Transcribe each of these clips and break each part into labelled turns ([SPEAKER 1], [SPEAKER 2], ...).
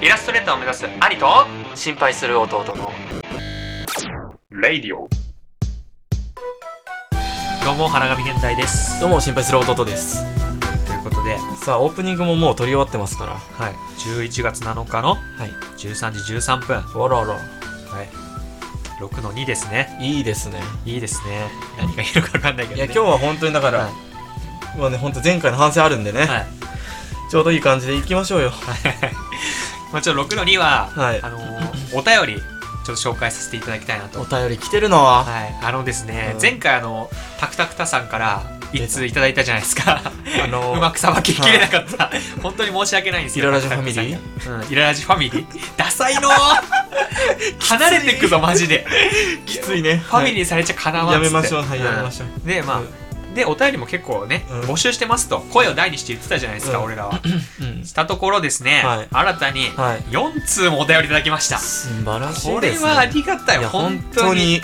[SPEAKER 1] イラストレーターを目指す兄と
[SPEAKER 2] 心配する弟の
[SPEAKER 1] レイディオどうも花神現代です
[SPEAKER 2] どうも心配する弟です
[SPEAKER 1] ということで、
[SPEAKER 2] さあオープニングももう撮り終わってますから
[SPEAKER 1] はい、11月7日の
[SPEAKER 2] はい
[SPEAKER 1] 13時13分
[SPEAKER 2] あらあら
[SPEAKER 1] はい6の2ですね
[SPEAKER 2] いいですね
[SPEAKER 1] いいですね何がいるか分かんないけど、ね、
[SPEAKER 2] いや今日は本当にだから、
[SPEAKER 1] は
[SPEAKER 2] まあね本当前回の反省あるんでね、
[SPEAKER 1] はい
[SPEAKER 2] ちょうどいい感じでいきましょうよ
[SPEAKER 1] まあ、ちょっと6の2は、
[SPEAKER 2] はい
[SPEAKER 1] あのーお便りちょっと紹介させていただきたいなと
[SPEAKER 2] お便り来てるのは、
[SPEAKER 1] はい、あのですね、
[SPEAKER 2] うん
[SPEAKER 1] 前回あのタクタクタさんから一通いただいたじゃないですか
[SPEAKER 2] あの
[SPEAKER 1] うまくさばききれなかった、本当に申し訳ないんですよ
[SPEAKER 2] イララジファミリー
[SPEAKER 1] タクタクさんがうんイララジファミリーダサい の離れてくぞマジで
[SPEAKER 2] きついね
[SPEAKER 1] ファミリーにされちゃかなわんっ
[SPEAKER 2] や
[SPEAKER 1] つ
[SPEAKER 2] め
[SPEAKER 1] って
[SPEAKER 2] ましょうはいやめましょう、
[SPEAKER 1] でまあ、でお便りも結構ね、
[SPEAKER 2] うん
[SPEAKER 1] 募集してますと声を大にして言ってたじゃないですか、
[SPEAKER 2] うん
[SPEAKER 1] 俺らは
[SPEAKER 2] うん
[SPEAKER 1] したところですね、
[SPEAKER 2] はい
[SPEAKER 1] 新たに
[SPEAKER 2] はい
[SPEAKER 1] 4通もお便りいただきました、
[SPEAKER 2] 素晴らしい
[SPEAKER 1] こ
[SPEAKER 2] で
[SPEAKER 1] れ
[SPEAKER 2] す、ね、
[SPEAKER 1] はありがたい
[SPEAKER 2] いや
[SPEAKER 1] 本
[SPEAKER 2] 本
[SPEAKER 1] 当
[SPEAKER 2] 当
[SPEAKER 1] に
[SPEAKER 2] に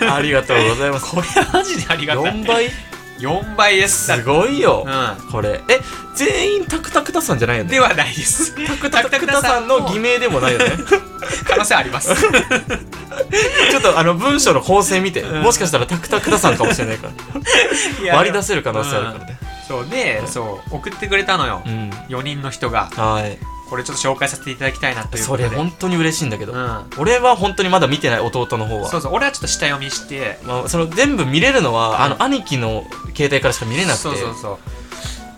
[SPEAKER 2] ありがとうござい ます
[SPEAKER 1] これはマジでありがたい
[SPEAKER 2] 4倍
[SPEAKER 1] 4倍です
[SPEAKER 2] すごいよ、
[SPEAKER 1] う
[SPEAKER 2] これえ全員タクタクタさんじゃないよ
[SPEAKER 1] ん、
[SPEAKER 2] ね
[SPEAKER 1] ではないです
[SPEAKER 2] タクタクタクタさんの偽名でもないよね
[SPEAKER 1] 可能性あります
[SPEAKER 2] ちょっとあの文章の構成見て、
[SPEAKER 1] うん
[SPEAKER 2] もしかしたらタクタクタさんかもしれないから割り出
[SPEAKER 1] す
[SPEAKER 2] せる可能性あるからね
[SPEAKER 1] そうで、そう送ってくれたのよ、
[SPEAKER 2] うん
[SPEAKER 1] 4人の人が
[SPEAKER 2] はい
[SPEAKER 1] これちょっと紹介させていただきたいなというこ
[SPEAKER 2] そ
[SPEAKER 1] とで
[SPEAKER 2] れ本当に嬉しいんだけど、
[SPEAKER 1] うん
[SPEAKER 2] 俺は本当にまだ見てない弟の方は
[SPEAKER 1] そうそう俺はちょっと下読みして
[SPEAKER 2] まあ、その全部見れるのは、
[SPEAKER 1] うん
[SPEAKER 2] あの兄貴の携帯からしか見れなくて
[SPEAKER 1] そうそうそ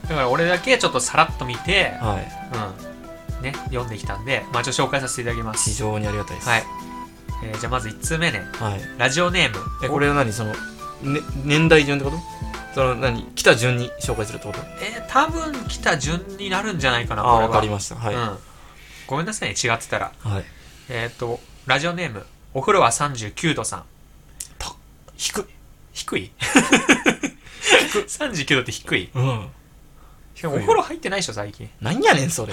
[SPEAKER 1] うだから俺だけちょっとさらっと見て、
[SPEAKER 2] はい
[SPEAKER 1] うんね、読んできたんで、まあ、ちょっと紹介させていただきま
[SPEAKER 2] 非
[SPEAKER 1] す
[SPEAKER 2] 常にありがたいです
[SPEAKER 1] はい、えーじゃあまず1通目ね
[SPEAKER 2] はい
[SPEAKER 1] ラジオネーム
[SPEAKER 2] えこれは何その、ね、年代順ってことその何来た順に紹介するってこと
[SPEAKER 1] えー多分来た順になるんじゃないかな
[SPEAKER 2] あ
[SPEAKER 1] これ
[SPEAKER 2] あ
[SPEAKER 1] は
[SPEAKER 2] 分かりましたはい、
[SPEAKER 1] うん、ごめんなさいね違ってたら
[SPEAKER 2] はい
[SPEAKER 1] えっ、とラジオネームお風呂は39度さん
[SPEAKER 2] 低い
[SPEAKER 1] 低い 39度って低い
[SPEAKER 2] うん
[SPEAKER 1] でもお風呂入ってないでしょ最近
[SPEAKER 2] なんやねんそれ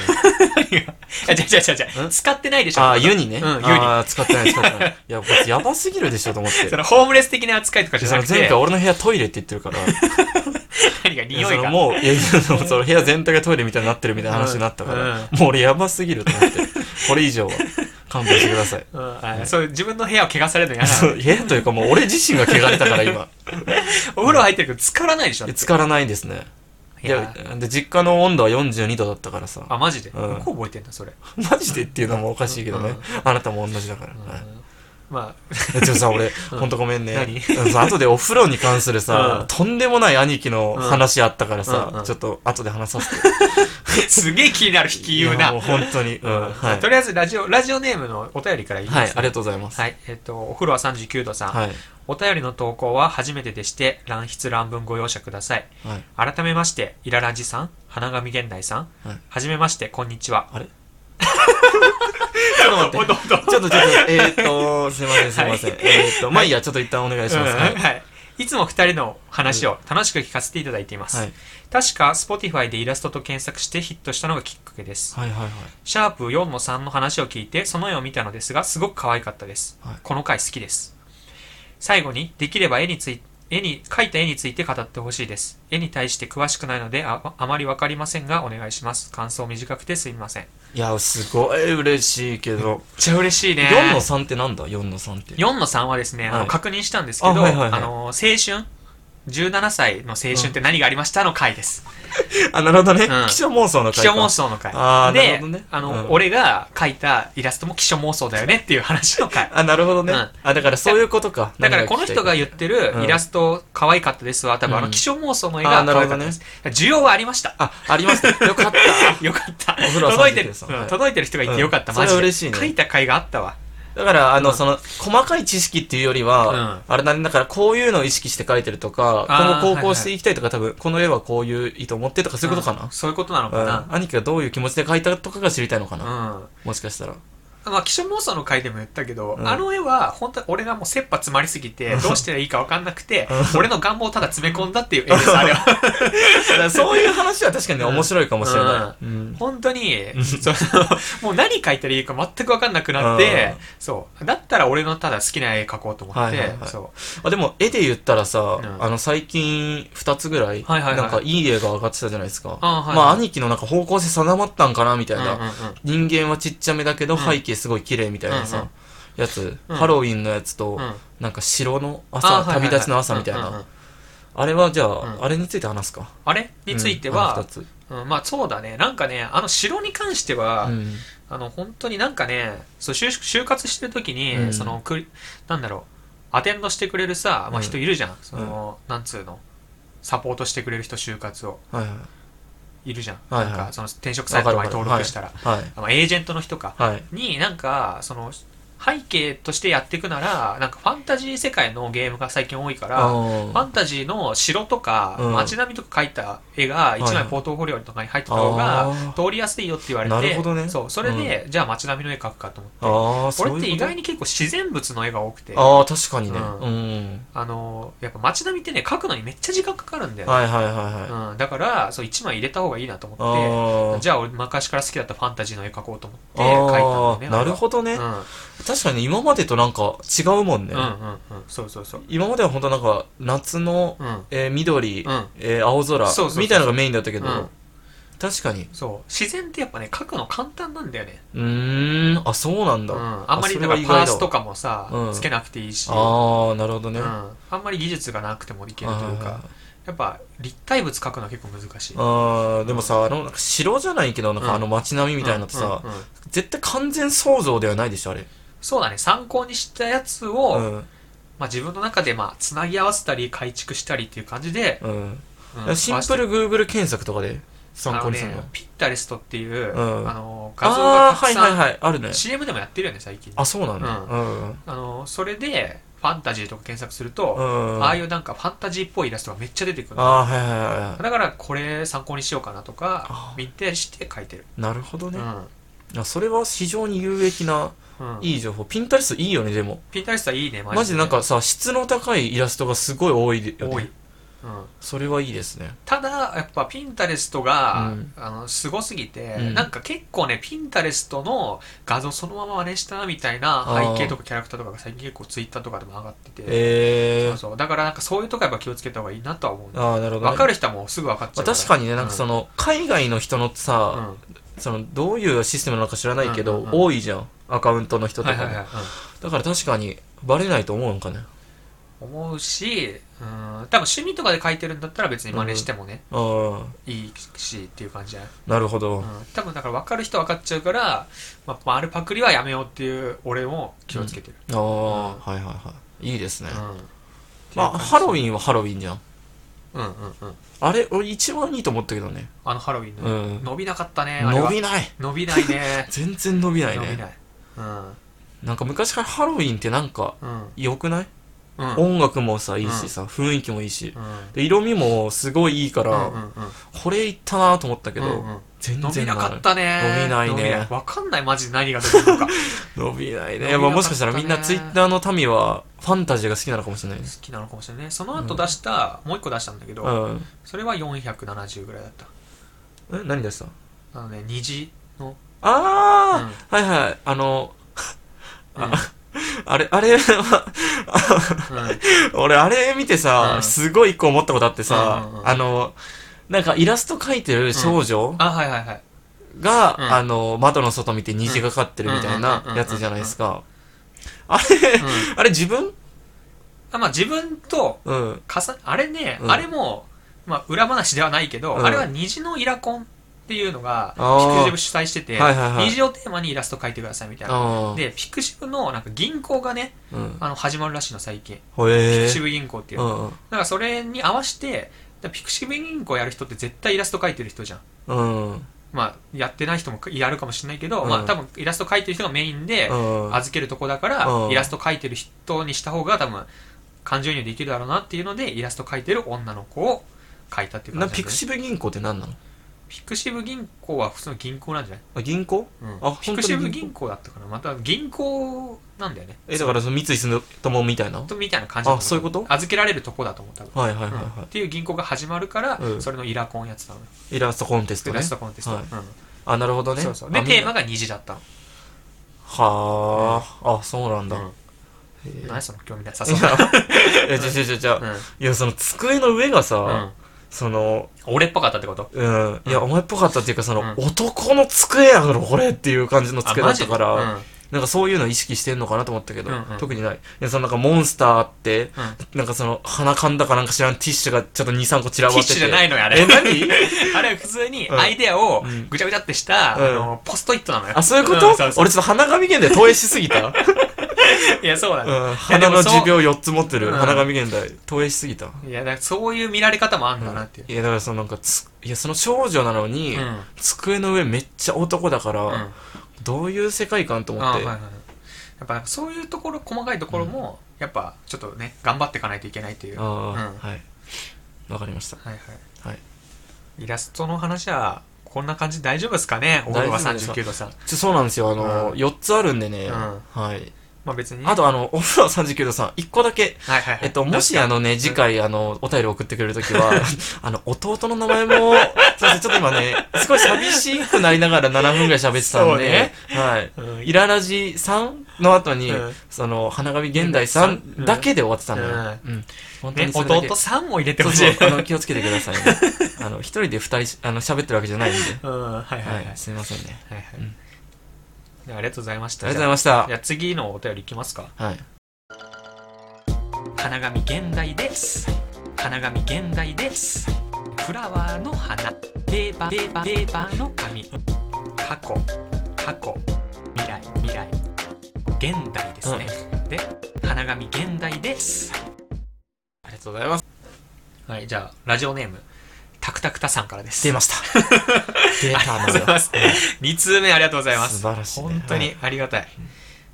[SPEAKER 1] あじゃじゃじゃじゃ
[SPEAKER 2] ん
[SPEAKER 1] 使ってないでしょ
[SPEAKER 2] ああ湯にね、
[SPEAKER 1] うん湯に
[SPEAKER 2] ああ使ってない使っ てないいやこいつやばすぎるでしょと思って
[SPEAKER 1] そのホームレス的な扱いとかじゃ
[SPEAKER 2] そ
[SPEAKER 1] な
[SPEAKER 2] の
[SPEAKER 1] く
[SPEAKER 2] 前
[SPEAKER 1] て
[SPEAKER 2] 回俺の部屋トイレって言ってるから
[SPEAKER 1] 何か匂
[SPEAKER 2] そ
[SPEAKER 1] い
[SPEAKER 2] の
[SPEAKER 1] が
[SPEAKER 2] もういやいやそのその部屋全体がトイレみたいになってるみたいな話になったから、
[SPEAKER 1] うん
[SPEAKER 2] もう俺やばすぎると思ってこれ以上は勘弁してください
[SPEAKER 1] うんあそう自分の部屋を汚されるの嫌な
[SPEAKER 2] そ
[SPEAKER 1] の
[SPEAKER 2] う部屋というかもう俺自身が汚れたから今
[SPEAKER 1] お風呂入ってるけど浸からないでしょだって
[SPEAKER 2] 浸からないですね
[SPEAKER 1] い
[SPEAKER 2] い
[SPEAKER 1] や
[SPEAKER 2] やで実家の温度は42度だったからさ
[SPEAKER 1] あマジで、
[SPEAKER 2] うん
[SPEAKER 1] よく覚えてんだそれ、
[SPEAKER 2] マジでっていうのもおかしいけどね、
[SPEAKER 1] うん
[SPEAKER 2] あなたも同じだから、はい
[SPEAKER 1] まあ
[SPEAKER 2] え でもさ、俺、ほんとごめんね。
[SPEAKER 1] 何
[SPEAKER 2] うんそう後でお風呂に関するさ、
[SPEAKER 1] うん
[SPEAKER 2] とんでもない兄貴の話あったからさ、
[SPEAKER 1] うんうん
[SPEAKER 2] ちょっと後で話させて。
[SPEAKER 1] すげえ気になる引き 言う
[SPEAKER 2] いや
[SPEAKER 1] な
[SPEAKER 2] もう本当に。うん。はい。
[SPEAKER 1] とりあえずラジオラジオネームのお便りからいいです、
[SPEAKER 2] はい、ありがとうございます。
[SPEAKER 1] はい、えっ、と、お風呂は39度さん、
[SPEAKER 2] はい。
[SPEAKER 1] お便りの投稿は初めてでして、乱筆乱文ご容赦ください。
[SPEAKER 2] はい。
[SPEAKER 1] 改めまして、イララジさん、花神現代さん、
[SPEAKER 2] はい
[SPEAKER 1] はじめまして、こんにちは。
[SPEAKER 2] あれちょっと待って。
[SPEAKER 1] おっとおっと
[SPEAKER 2] ちょっとちょっと、えーっと、すいませんすいません。
[SPEAKER 1] はい
[SPEAKER 2] えーっと、まあいいや、ちょっと一旦お願いし
[SPEAKER 1] うん
[SPEAKER 2] ます。はい。
[SPEAKER 1] はい。いつも二人の話を楽しく聞かせていただいています。
[SPEAKER 2] はい。
[SPEAKER 1] 確か、Spotify でイラストと検索してヒットしたのがきっかけです。
[SPEAKER 2] はいはいはい。
[SPEAKER 1] シャープ4の3の話を聞いて、その絵を見たのですが、すごく可愛かったです。
[SPEAKER 2] はい
[SPEAKER 1] この回好きです。最後に、できれば絵につい絵に、描いた絵について語ってほしいです。絵に対して詳しくないので、ああまりわかりませんが、お願いします。感想短くてすみません。めっ
[SPEAKER 2] いや、すごい嬉しいけど。
[SPEAKER 1] ちゃ嬉しいね。
[SPEAKER 2] 4の3ってなんだ ?4 の3って。
[SPEAKER 1] 4の3はですね、あの
[SPEAKER 2] はい
[SPEAKER 1] 確認したんですけど、あ,、
[SPEAKER 2] あはいはいはい
[SPEAKER 1] の、青春 ?17 歳の青春って何がありましたの回です。
[SPEAKER 2] あ、なるほどね
[SPEAKER 1] うん。
[SPEAKER 2] 気象妄想の
[SPEAKER 1] 気
[SPEAKER 2] 回か
[SPEAKER 1] 象妄想の回。
[SPEAKER 2] あーな
[SPEAKER 1] で
[SPEAKER 2] るほどね、
[SPEAKER 1] あの、
[SPEAKER 2] うん
[SPEAKER 1] 俺が描いたイラストも気象妄想だよねっていう話の回。
[SPEAKER 2] あ、なるほどね。
[SPEAKER 1] うん
[SPEAKER 2] あ、だからそういうことか。
[SPEAKER 1] だから
[SPEAKER 2] 何
[SPEAKER 1] この
[SPEAKER 2] 聞きたい
[SPEAKER 1] 人が言ってる
[SPEAKER 2] うん
[SPEAKER 1] イラスト可愛かったですは多分あの
[SPEAKER 2] うん
[SPEAKER 1] 気象妄想の絵が
[SPEAKER 2] あーな
[SPEAKER 1] 可
[SPEAKER 2] る
[SPEAKER 1] 愛
[SPEAKER 2] ほ
[SPEAKER 1] かった
[SPEAKER 2] どね
[SPEAKER 1] です。需要はありました。
[SPEAKER 2] あ、ありました。よかった。
[SPEAKER 1] よかった。
[SPEAKER 2] お風呂は
[SPEAKER 1] 届いてる、
[SPEAKER 2] 39
[SPEAKER 1] うん届いてる人がいてよかった、
[SPEAKER 2] うん
[SPEAKER 1] マジ
[SPEAKER 2] それは
[SPEAKER 1] で。
[SPEAKER 2] 嬉しいね
[SPEAKER 1] 書いた回があったわ。
[SPEAKER 2] だから、あの、
[SPEAKER 1] うん
[SPEAKER 2] その、細かい知識っていうよりは、あれなんだから、こういうのを意識して書いてるとか、
[SPEAKER 1] あー
[SPEAKER 2] 今後高校していきたいとか、多分、この絵はこういう意図を持ってとか、そういうことか
[SPEAKER 1] ん
[SPEAKER 2] な。
[SPEAKER 1] そういうことなのか
[SPEAKER 2] うん兄貴がどういう気持ちで書いたとかが知りたいのかな。
[SPEAKER 1] な。うん。
[SPEAKER 2] もしかしたら。
[SPEAKER 1] まあ、気象妄想の回でも言ったけど、
[SPEAKER 2] うん
[SPEAKER 1] あの絵は本当に俺がもう切羽詰まりすぎてどうしたらいいか分かんなくて俺の願望をただ詰め込んだっていう絵ですあれは
[SPEAKER 2] からそういう話は確かに面白いかもしれない。うん
[SPEAKER 1] 本当にそのもう何描いたらいいか全く分かんなくなって
[SPEAKER 2] う
[SPEAKER 1] そうだったら俺のただ好きな絵描こうと思って、
[SPEAKER 2] はいはいはい
[SPEAKER 1] そ
[SPEAKER 2] あでも、絵で言ったらさ、
[SPEAKER 1] うん
[SPEAKER 2] あの、最近2つぐらい、
[SPEAKER 1] はいはいはい
[SPEAKER 2] なんかいい絵が上がってたじゃないですか。
[SPEAKER 1] あはいはい
[SPEAKER 2] まあ、兄貴のなんか方向性定まったんかな、みた
[SPEAKER 1] う
[SPEAKER 2] いな。
[SPEAKER 1] うんうんうん
[SPEAKER 2] 人間はちっちゃめだけど
[SPEAKER 1] うん
[SPEAKER 2] 背景すごい綺麗みたいなさ、
[SPEAKER 1] うんうん
[SPEAKER 2] やつ、
[SPEAKER 1] うん
[SPEAKER 2] ハロウィンのやつと、
[SPEAKER 1] うん
[SPEAKER 2] なんか城の
[SPEAKER 1] あ
[SPEAKER 2] 朝
[SPEAKER 1] はいはいはい
[SPEAKER 2] 旅立ちの朝みたいな、
[SPEAKER 1] うんうんうん
[SPEAKER 2] あれはじゃあ、
[SPEAKER 1] うん
[SPEAKER 2] あれについて話すか
[SPEAKER 1] あれについて
[SPEAKER 2] うんあの
[SPEAKER 1] は
[SPEAKER 2] 二、つ
[SPEAKER 1] うんまあそうだねなんかねあの城に関しては、
[SPEAKER 2] うん
[SPEAKER 1] あの本当になんかねそう就就活してる時に、
[SPEAKER 2] うん
[SPEAKER 1] そのくりなんだろうアテンドしてくれるさ、まあ、人いるじゃん、その、なんつうのサポートしてくれる人就活を
[SPEAKER 2] はい
[SPEAKER 1] いるじゃん、
[SPEAKER 2] はいはい
[SPEAKER 1] なんかその転職サ
[SPEAKER 2] わ
[SPEAKER 1] イト
[SPEAKER 2] かる
[SPEAKER 1] と
[SPEAKER 2] わ
[SPEAKER 1] か
[SPEAKER 2] か
[SPEAKER 1] に
[SPEAKER 2] る
[SPEAKER 1] 登録したら、
[SPEAKER 2] はいはい
[SPEAKER 1] まあ、エージェントの人か
[SPEAKER 2] はい
[SPEAKER 1] になんかその背景としてやっていくならなんかファンタジー世界のゲームが最近多いからファ
[SPEAKER 2] あ
[SPEAKER 1] ンタジーの城とか
[SPEAKER 2] うん
[SPEAKER 1] 街並みとか描いた絵が一
[SPEAKER 2] はいは
[SPEAKER 1] 枚
[SPEAKER 2] い
[SPEAKER 1] ポートフォリオとかに入ってた方が
[SPEAKER 2] あ
[SPEAKER 1] 通りやすいよって言われて
[SPEAKER 2] なるほどね
[SPEAKER 1] そうそれで、じゃあ街並みの絵描くかと思って
[SPEAKER 2] あーそういう
[SPEAKER 1] 俺っ
[SPEAKER 2] こと
[SPEAKER 1] て意外に結構自然物の絵が多くてあ
[SPEAKER 2] ああ確かにね
[SPEAKER 1] うん
[SPEAKER 2] うん、
[SPEAKER 1] のやっぱ街並みってね描くのにめっちゃ時間かかるんだよね、
[SPEAKER 2] はいはいはいはい、あ
[SPEAKER 1] うん、だからそう1枚入れた方がいいなと思って
[SPEAKER 2] あ
[SPEAKER 1] じゃあ俺昔から好きだったファンタジーの絵描こうと思って
[SPEAKER 2] あ
[SPEAKER 1] 描いたのね
[SPEAKER 2] ーなるほどね、
[SPEAKER 1] どうん
[SPEAKER 2] 確かに今までとなんか違うもんね、
[SPEAKER 1] うんうんうんそうそうそう
[SPEAKER 2] 今までは本当なんか夏の、
[SPEAKER 1] うん
[SPEAKER 2] えー緑、
[SPEAKER 1] うん
[SPEAKER 2] えー青空
[SPEAKER 1] そうそうそう
[SPEAKER 2] みたいなのがメインだったけど、
[SPEAKER 1] うん
[SPEAKER 2] 確かに
[SPEAKER 1] そう自然ってやっぱね描くの簡単なんだよね
[SPEAKER 2] うーんあそうなんだ、
[SPEAKER 1] うん、
[SPEAKER 2] あ
[SPEAKER 1] あんまり
[SPEAKER 2] そ
[SPEAKER 1] だ
[SPEAKER 2] れ
[SPEAKER 1] か
[SPEAKER 2] は
[SPEAKER 1] らパー
[SPEAKER 2] 意外だわ
[SPEAKER 1] スとかもさ、
[SPEAKER 2] うん
[SPEAKER 1] つけなくていいし、
[SPEAKER 2] あーなるほど
[SPEAKER 1] う
[SPEAKER 2] ね、
[SPEAKER 1] ん、
[SPEAKER 2] は
[SPEAKER 1] あんまり技術がなくてもでき
[SPEAKER 2] い
[SPEAKER 1] ると
[SPEAKER 2] はい
[SPEAKER 1] いう
[SPEAKER 2] は
[SPEAKER 1] か
[SPEAKER 2] い
[SPEAKER 1] やっぱ立体物描くのは結構難しい
[SPEAKER 2] あーでもさあのなんか城じゃないけどなん
[SPEAKER 1] うん
[SPEAKER 2] かあの街並みみたいなのってさ、
[SPEAKER 1] うんうんうん
[SPEAKER 2] 絶対完全想像ではないでしょあれ
[SPEAKER 1] そうだね参考にしたやつを、
[SPEAKER 2] うん
[SPEAKER 1] まあ、自分の中でまあつなぎ合わせたり改築したりっていう感じで、
[SPEAKER 2] うん
[SPEAKER 1] うん
[SPEAKER 2] シンプル Google 検索とかで参考にする
[SPEAKER 1] あ
[SPEAKER 2] の
[SPEAKER 1] のねピッタレストっていう、
[SPEAKER 2] うん
[SPEAKER 1] あの画像
[SPEAKER 2] あ
[SPEAKER 1] が
[SPEAKER 2] あ
[SPEAKER 1] たく
[SPEAKER 2] はい
[SPEAKER 1] さん、
[SPEAKER 2] はいはいあるね
[SPEAKER 1] CM でもやってるよね最近
[SPEAKER 2] あそうなんだ
[SPEAKER 1] う
[SPEAKER 2] うんうん
[SPEAKER 1] あのそれでファンタジーとか検索すると、ああ
[SPEAKER 2] あ
[SPEAKER 1] いうなんかファンタジーっぽいイラストがめっちゃ出てくるの
[SPEAKER 2] あーはいはいはいは
[SPEAKER 1] だからこれ参考にしようかなとか
[SPEAKER 2] あ
[SPEAKER 1] 見てして書いてる、
[SPEAKER 2] いなるほどね
[SPEAKER 1] うん
[SPEAKER 2] あそれは非常に有益な
[SPEAKER 1] うん、
[SPEAKER 2] いい情報ピンタレストいいよねでも
[SPEAKER 1] ピンタレストはいいねマジで
[SPEAKER 2] マジでなんかさ質の高いイラストがすごい多いよ
[SPEAKER 1] 多い、う
[SPEAKER 2] ね
[SPEAKER 1] ん、
[SPEAKER 2] それはいいですね
[SPEAKER 1] ただやっぱピンタレストが、
[SPEAKER 2] うん
[SPEAKER 1] あのすごすぎて、
[SPEAKER 2] うん
[SPEAKER 1] なんか結構ねピンタレストの画像そのまま真似したみたいな背景とかキャラクターとかが最近結構ツイッターとかでも上がってて、
[SPEAKER 2] え
[SPEAKER 1] そう
[SPEAKER 2] ー
[SPEAKER 1] そうだからなんかそういうとこやっぱ気をつけた方がいいなとは思うね
[SPEAKER 2] ああなるほど
[SPEAKER 1] わ
[SPEAKER 2] ね
[SPEAKER 1] かる人はもうすぐ分かっちゃ
[SPEAKER 2] まあ
[SPEAKER 1] う
[SPEAKER 2] 確かにね、
[SPEAKER 1] うん
[SPEAKER 2] なんかその、海外の人の
[SPEAKER 1] う
[SPEAKER 2] さ、
[SPEAKER 1] ん
[SPEAKER 2] その、どういうシステムなのか知らないけ
[SPEAKER 1] うん
[SPEAKER 2] ど
[SPEAKER 1] う、んうん
[SPEAKER 2] 多いじゃん。アカウントの人と
[SPEAKER 1] はい
[SPEAKER 2] か
[SPEAKER 1] はいはい、う
[SPEAKER 2] も。
[SPEAKER 1] ん
[SPEAKER 2] だから確かに、バレないと思うのかね。
[SPEAKER 1] 思うし、うん、多分趣味とかで書いてるんだったら別に真似してもね、
[SPEAKER 2] うん。
[SPEAKER 1] いいしっていう感じじゃない、
[SPEAKER 2] なるほ
[SPEAKER 1] う
[SPEAKER 2] ど。
[SPEAKER 1] ん、多分だから分かる人は分かっちゃうから、まあ、丸パクリはやめようっていう俺も気をつけてる、
[SPEAKER 2] ああ、はいはいはい。いいですね。
[SPEAKER 1] うん
[SPEAKER 2] まあ、ハロウ
[SPEAKER 1] ン
[SPEAKER 2] ィンはハロウィンじゃん。
[SPEAKER 1] うんうんうん
[SPEAKER 2] あれ、俺一番いいと思ったけどね。
[SPEAKER 1] あのハロウィン
[SPEAKER 2] う
[SPEAKER 1] の、
[SPEAKER 2] ん。
[SPEAKER 1] 伸びなかったねあれは
[SPEAKER 2] 伸びない。
[SPEAKER 1] 伸びないね
[SPEAKER 2] 全然伸びない
[SPEAKER 1] 伸び
[SPEAKER 2] ね。
[SPEAKER 1] ないうん
[SPEAKER 2] なんか昔からハロウィンってなんか、
[SPEAKER 1] うん
[SPEAKER 2] 良くない
[SPEAKER 1] うん
[SPEAKER 2] 音楽もさ、いいしさ、雰囲気もいいし。
[SPEAKER 1] うん
[SPEAKER 2] で色味もすごいいいか
[SPEAKER 1] うんう
[SPEAKER 2] ら、
[SPEAKER 1] んうん
[SPEAKER 2] これいったなと思ったけ
[SPEAKER 1] う
[SPEAKER 2] ど、
[SPEAKER 1] んうん
[SPEAKER 2] 全
[SPEAKER 1] 伸び
[SPEAKER 2] 然
[SPEAKER 1] なか
[SPEAKER 2] い
[SPEAKER 1] ったね
[SPEAKER 2] 伸びないね
[SPEAKER 1] 分かんないマジで何が出てくるのか好
[SPEAKER 2] 伸びない
[SPEAKER 1] 伸びなかった
[SPEAKER 2] ね。
[SPEAKER 1] ね
[SPEAKER 2] まあもしかしたらみんなツイッターの民はファンタジーが好きなのかもしれないです。
[SPEAKER 1] きなのかもしれないねその後出した、もう一個出したんだけど、
[SPEAKER 2] うん。
[SPEAKER 1] それは470ぐらいだった
[SPEAKER 2] え何出した
[SPEAKER 1] あのね虹の
[SPEAKER 2] ああ、はいはい。あの、
[SPEAKER 1] うん
[SPEAKER 2] あれ、あれ、
[SPEAKER 1] うん
[SPEAKER 2] 俺あれ見て
[SPEAKER 1] う
[SPEAKER 2] さ、
[SPEAKER 1] ん
[SPEAKER 2] すごい一個思ったことあってさ
[SPEAKER 1] うんうんう、ん
[SPEAKER 2] あの、なんかイラスト描いてる少女
[SPEAKER 1] あはいはいはい
[SPEAKER 2] が、
[SPEAKER 1] うん
[SPEAKER 2] あの、窓の外見て虹がかってるみたいなやつじゃないですか。あれ、
[SPEAKER 1] うん
[SPEAKER 2] あれ自分
[SPEAKER 1] あまあ自分と
[SPEAKER 2] うん。
[SPEAKER 1] 重ねあれね、
[SPEAKER 2] うん
[SPEAKER 1] あれも、まあ、裏話ではないけど、
[SPEAKER 2] うん
[SPEAKER 1] あれは虹のイラコンっていうのがピ
[SPEAKER 2] あー
[SPEAKER 1] クジブ主催してて、
[SPEAKER 2] はいはいはい
[SPEAKER 1] 虹をテーマにイラスト描いてくださいみたいな。
[SPEAKER 2] あ
[SPEAKER 1] で、ピクシブのなんか銀行がね、
[SPEAKER 2] あ。うん。
[SPEAKER 1] あの始まるらしいの最近。
[SPEAKER 2] ほ
[SPEAKER 1] ピ
[SPEAKER 2] え
[SPEAKER 1] クシ
[SPEAKER 2] ー。
[SPEAKER 1] ブ銀行っていう。
[SPEAKER 2] う
[SPEAKER 1] だ
[SPEAKER 2] ん
[SPEAKER 1] からそれに合わせて、だからピクシブ銀行やる人って絶対イラスト描いてる人じゃん。
[SPEAKER 2] うん。うん。
[SPEAKER 1] まあ、やってない人もやるかもしれないけど、
[SPEAKER 2] うん
[SPEAKER 1] まあ多分イラスト描いてる人がメインで、
[SPEAKER 2] うん。
[SPEAKER 1] 預けるとこだから、
[SPEAKER 2] うん
[SPEAKER 1] イラスト描いてる人にした方が多分感情移入できるだろうなっていうのでイラスト描いてる女の子を描いたっていう
[SPEAKER 2] な
[SPEAKER 1] 感じ
[SPEAKER 2] ピクシブ銀行って何なの
[SPEAKER 1] ブピクシブ銀行は普通の銀行なんじゃない、
[SPEAKER 2] あ銀行
[SPEAKER 1] うん、
[SPEAKER 2] あ
[SPEAKER 1] ピクシブ
[SPEAKER 2] 本当に銀行
[SPEAKER 1] 銀行だったからまた銀行なんだよね
[SPEAKER 2] えだからその三井住友みたいなはい
[SPEAKER 1] みたいな感じだ思
[SPEAKER 2] あそういうこと
[SPEAKER 1] 預けられるとこだと思う多分
[SPEAKER 2] はいはい
[SPEAKER 1] うん
[SPEAKER 2] は
[SPEAKER 1] っていう銀行が始まるから、
[SPEAKER 2] うん
[SPEAKER 1] それのイラコンやってたのよ
[SPEAKER 2] いイラストコンテスト
[SPEAKER 1] イ
[SPEAKER 2] ね
[SPEAKER 1] ラストコンテスト、
[SPEAKER 2] はい
[SPEAKER 1] うん
[SPEAKER 2] あなるほどね
[SPEAKER 1] そうそう
[SPEAKER 2] あ
[SPEAKER 1] で
[SPEAKER 2] みんな
[SPEAKER 1] テーマが虹だったの
[SPEAKER 2] はああそうなんだ
[SPEAKER 1] うん
[SPEAKER 2] へえ
[SPEAKER 1] 何その興味ないさ
[SPEAKER 2] あ
[SPEAKER 1] そ
[SPEAKER 2] そうう
[SPEAKER 1] な
[SPEAKER 2] だいや、ちょちょちょちょ。いや、その机の上が
[SPEAKER 1] うんう
[SPEAKER 2] さ、
[SPEAKER 1] ん
[SPEAKER 2] その、
[SPEAKER 1] 俺っぽかったってこと
[SPEAKER 2] うん。いや、お前っぽかったっていうか、その、
[SPEAKER 1] うん
[SPEAKER 2] 男の机やろ、これっていう感じの机だったか
[SPEAKER 1] あ
[SPEAKER 2] ら、
[SPEAKER 1] マジ
[SPEAKER 2] なんかそういうの意識してんのかなと思ったけど、
[SPEAKER 1] うんうん
[SPEAKER 2] 特にない。いや、そのなんかモンスターって、
[SPEAKER 1] でうんうん
[SPEAKER 2] なんかその、鼻かんだかなんか知らんティッシュがちょっと2、3個散らば
[SPEAKER 1] ティッ
[SPEAKER 2] ってて。
[SPEAKER 1] シュじゃないのよあれ
[SPEAKER 2] え、何
[SPEAKER 1] あれは普通に
[SPEAKER 2] うん
[SPEAKER 1] アイデアを
[SPEAKER 2] うん
[SPEAKER 1] ぐちゃぐちゃってした、
[SPEAKER 2] うん
[SPEAKER 1] あのポストイットなのよ
[SPEAKER 2] あ、そういうこと、
[SPEAKER 1] んそうそう
[SPEAKER 2] 俺ちょっと鼻が源で投影しす ぎた。うん。
[SPEAKER 1] いやそうだ、ね
[SPEAKER 2] 鼻の持病4つ持ってる。
[SPEAKER 1] うん
[SPEAKER 2] 鼻が源で投影しすぎた。
[SPEAKER 1] いやだからそういう見られ方もあんだなっていう、
[SPEAKER 2] いや、だからそのなんかつ、いや、その少女なのに、
[SPEAKER 1] うん
[SPEAKER 2] 机の上めっちゃ男だから、
[SPEAKER 1] うん
[SPEAKER 2] どういう世界観と思って、
[SPEAKER 1] あはいはいはいやっぱなんかそういうところ細かいところも、やっぱちょっとね頑張っていかないといけないっていう
[SPEAKER 2] ああ、
[SPEAKER 1] うん
[SPEAKER 2] はいわかりました
[SPEAKER 1] はいはい、
[SPEAKER 2] はい
[SPEAKER 1] イラストの話はこんな感じで大丈夫ですかねオールは
[SPEAKER 2] 大丈夫で
[SPEAKER 1] 39
[SPEAKER 2] す
[SPEAKER 1] 度さん、
[SPEAKER 2] ちょそうなんですよあの、
[SPEAKER 1] うん
[SPEAKER 2] 4つあるんでね、
[SPEAKER 1] うん
[SPEAKER 2] はい
[SPEAKER 1] まあ別に
[SPEAKER 2] あとあのお風呂39度さん1個だけ
[SPEAKER 1] はいはいはい、
[SPEAKER 2] えっと、もしあのね、次回、あの、お便り送ってくれると きは、あの、弟の名前も、すいません、ちょっと今ね、すごい寂しくなりながら7分ぐらい喋ってたんで、はい。
[SPEAKER 1] うん
[SPEAKER 2] イララジさんの後に、
[SPEAKER 1] うん
[SPEAKER 2] その、花神現代さんだけで終わってたのよ。うん。本当
[SPEAKER 1] ね
[SPEAKER 2] に、それだけ
[SPEAKER 1] 弟さんも入れて
[SPEAKER 2] そ
[SPEAKER 1] ほ
[SPEAKER 2] う
[SPEAKER 1] し
[SPEAKER 2] そ
[SPEAKER 1] いう
[SPEAKER 2] あの気をつけてく ださいねあの一人で二人あの喋ってるわけじゃないんで、
[SPEAKER 1] うんはいはいはい、
[SPEAKER 2] は
[SPEAKER 1] はい
[SPEAKER 2] い、すいませんね
[SPEAKER 1] はい
[SPEAKER 2] うん
[SPEAKER 1] じゃあありがとうございまし
[SPEAKER 2] あ
[SPEAKER 1] た
[SPEAKER 2] りがとうございました
[SPEAKER 1] じゃあ次のお便りいきますか
[SPEAKER 2] はい
[SPEAKER 1] 花紙現代です花紙現代ですフラワーの花ペーパーペーパーペーパーの紙過去過去未来未来現代ですね、で花紙現代です
[SPEAKER 2] ありがとうございます
[SPEAKER 1] はいじゃあラジオネームタクタクタさんからです
[SPEAKER 2] 出ました 出た
[SPEAKER 1] ありがとう ござい
[SPEAKER 2] の
[SPEAKER 1] ま
[SPEAKER 2] よ
[SPEAKER 1] す2通目ありがとうございます
[SPEAKER 2] 素晴らしい、ね、
[SPEAKER 1] 本当
[SPEAKER 2] は
[SPEAKER 1] に
[SPEAKER 2] い
[SPEAKER 1] ありがたい、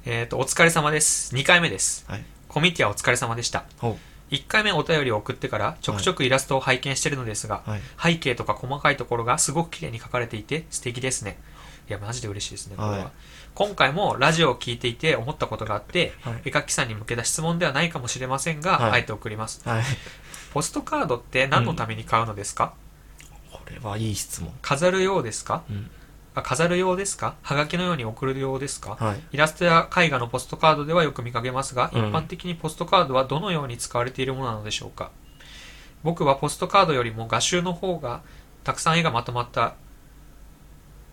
[SPEAKER 1] えっ、とお疲れ様です2回目です、
[SPEAKER 2] はい
[SPEAKER 1] コミティアお疲れ様でした
[SPEAKER 2] ほ
[SPEAKER 1] 1回目お便りを送ってからちょくちょくイラストを拝見してるのですが、
[SPEAKER 2] うはい
[SPEAKER 1] 背景とか細かいところがすごく綺麗に描かれていて素敵ですねいやマジで嬉しいですねこれは、
[SPEAKER 2] はい
[SPEAKER 1] 今回もラジオを聞いていて思ったことがあって、
[SPEAKER 2] はい
[SPEAKER 1] 絵描きさんに向けた質問ではないかもしれませんが、
[SPEAKER 2] はい
[SPEAKER 1] あえて送ります
[SPEAKER 2] はい
[SPEAKER 1] ポストカードって何のために買うのですか、
[SPEAKER 2] これはいい質問
[SPEAKER 1] 飾る用ですか
[SPEAKER 2] うん
[SPEAKER 1] あ飾る用ですかはがきのように送る用ですか
[SPEAKER 2] はい
[SPEAKER 1] イラストや絵画のポストカードではよく見かけますが、
[SPEAKER 2] うん
[SPEAKER 1] 一般的にポストカードはどのように使われているものなのでしょうか僕はポストカードよりも画集の方がたくさん絵がまとまった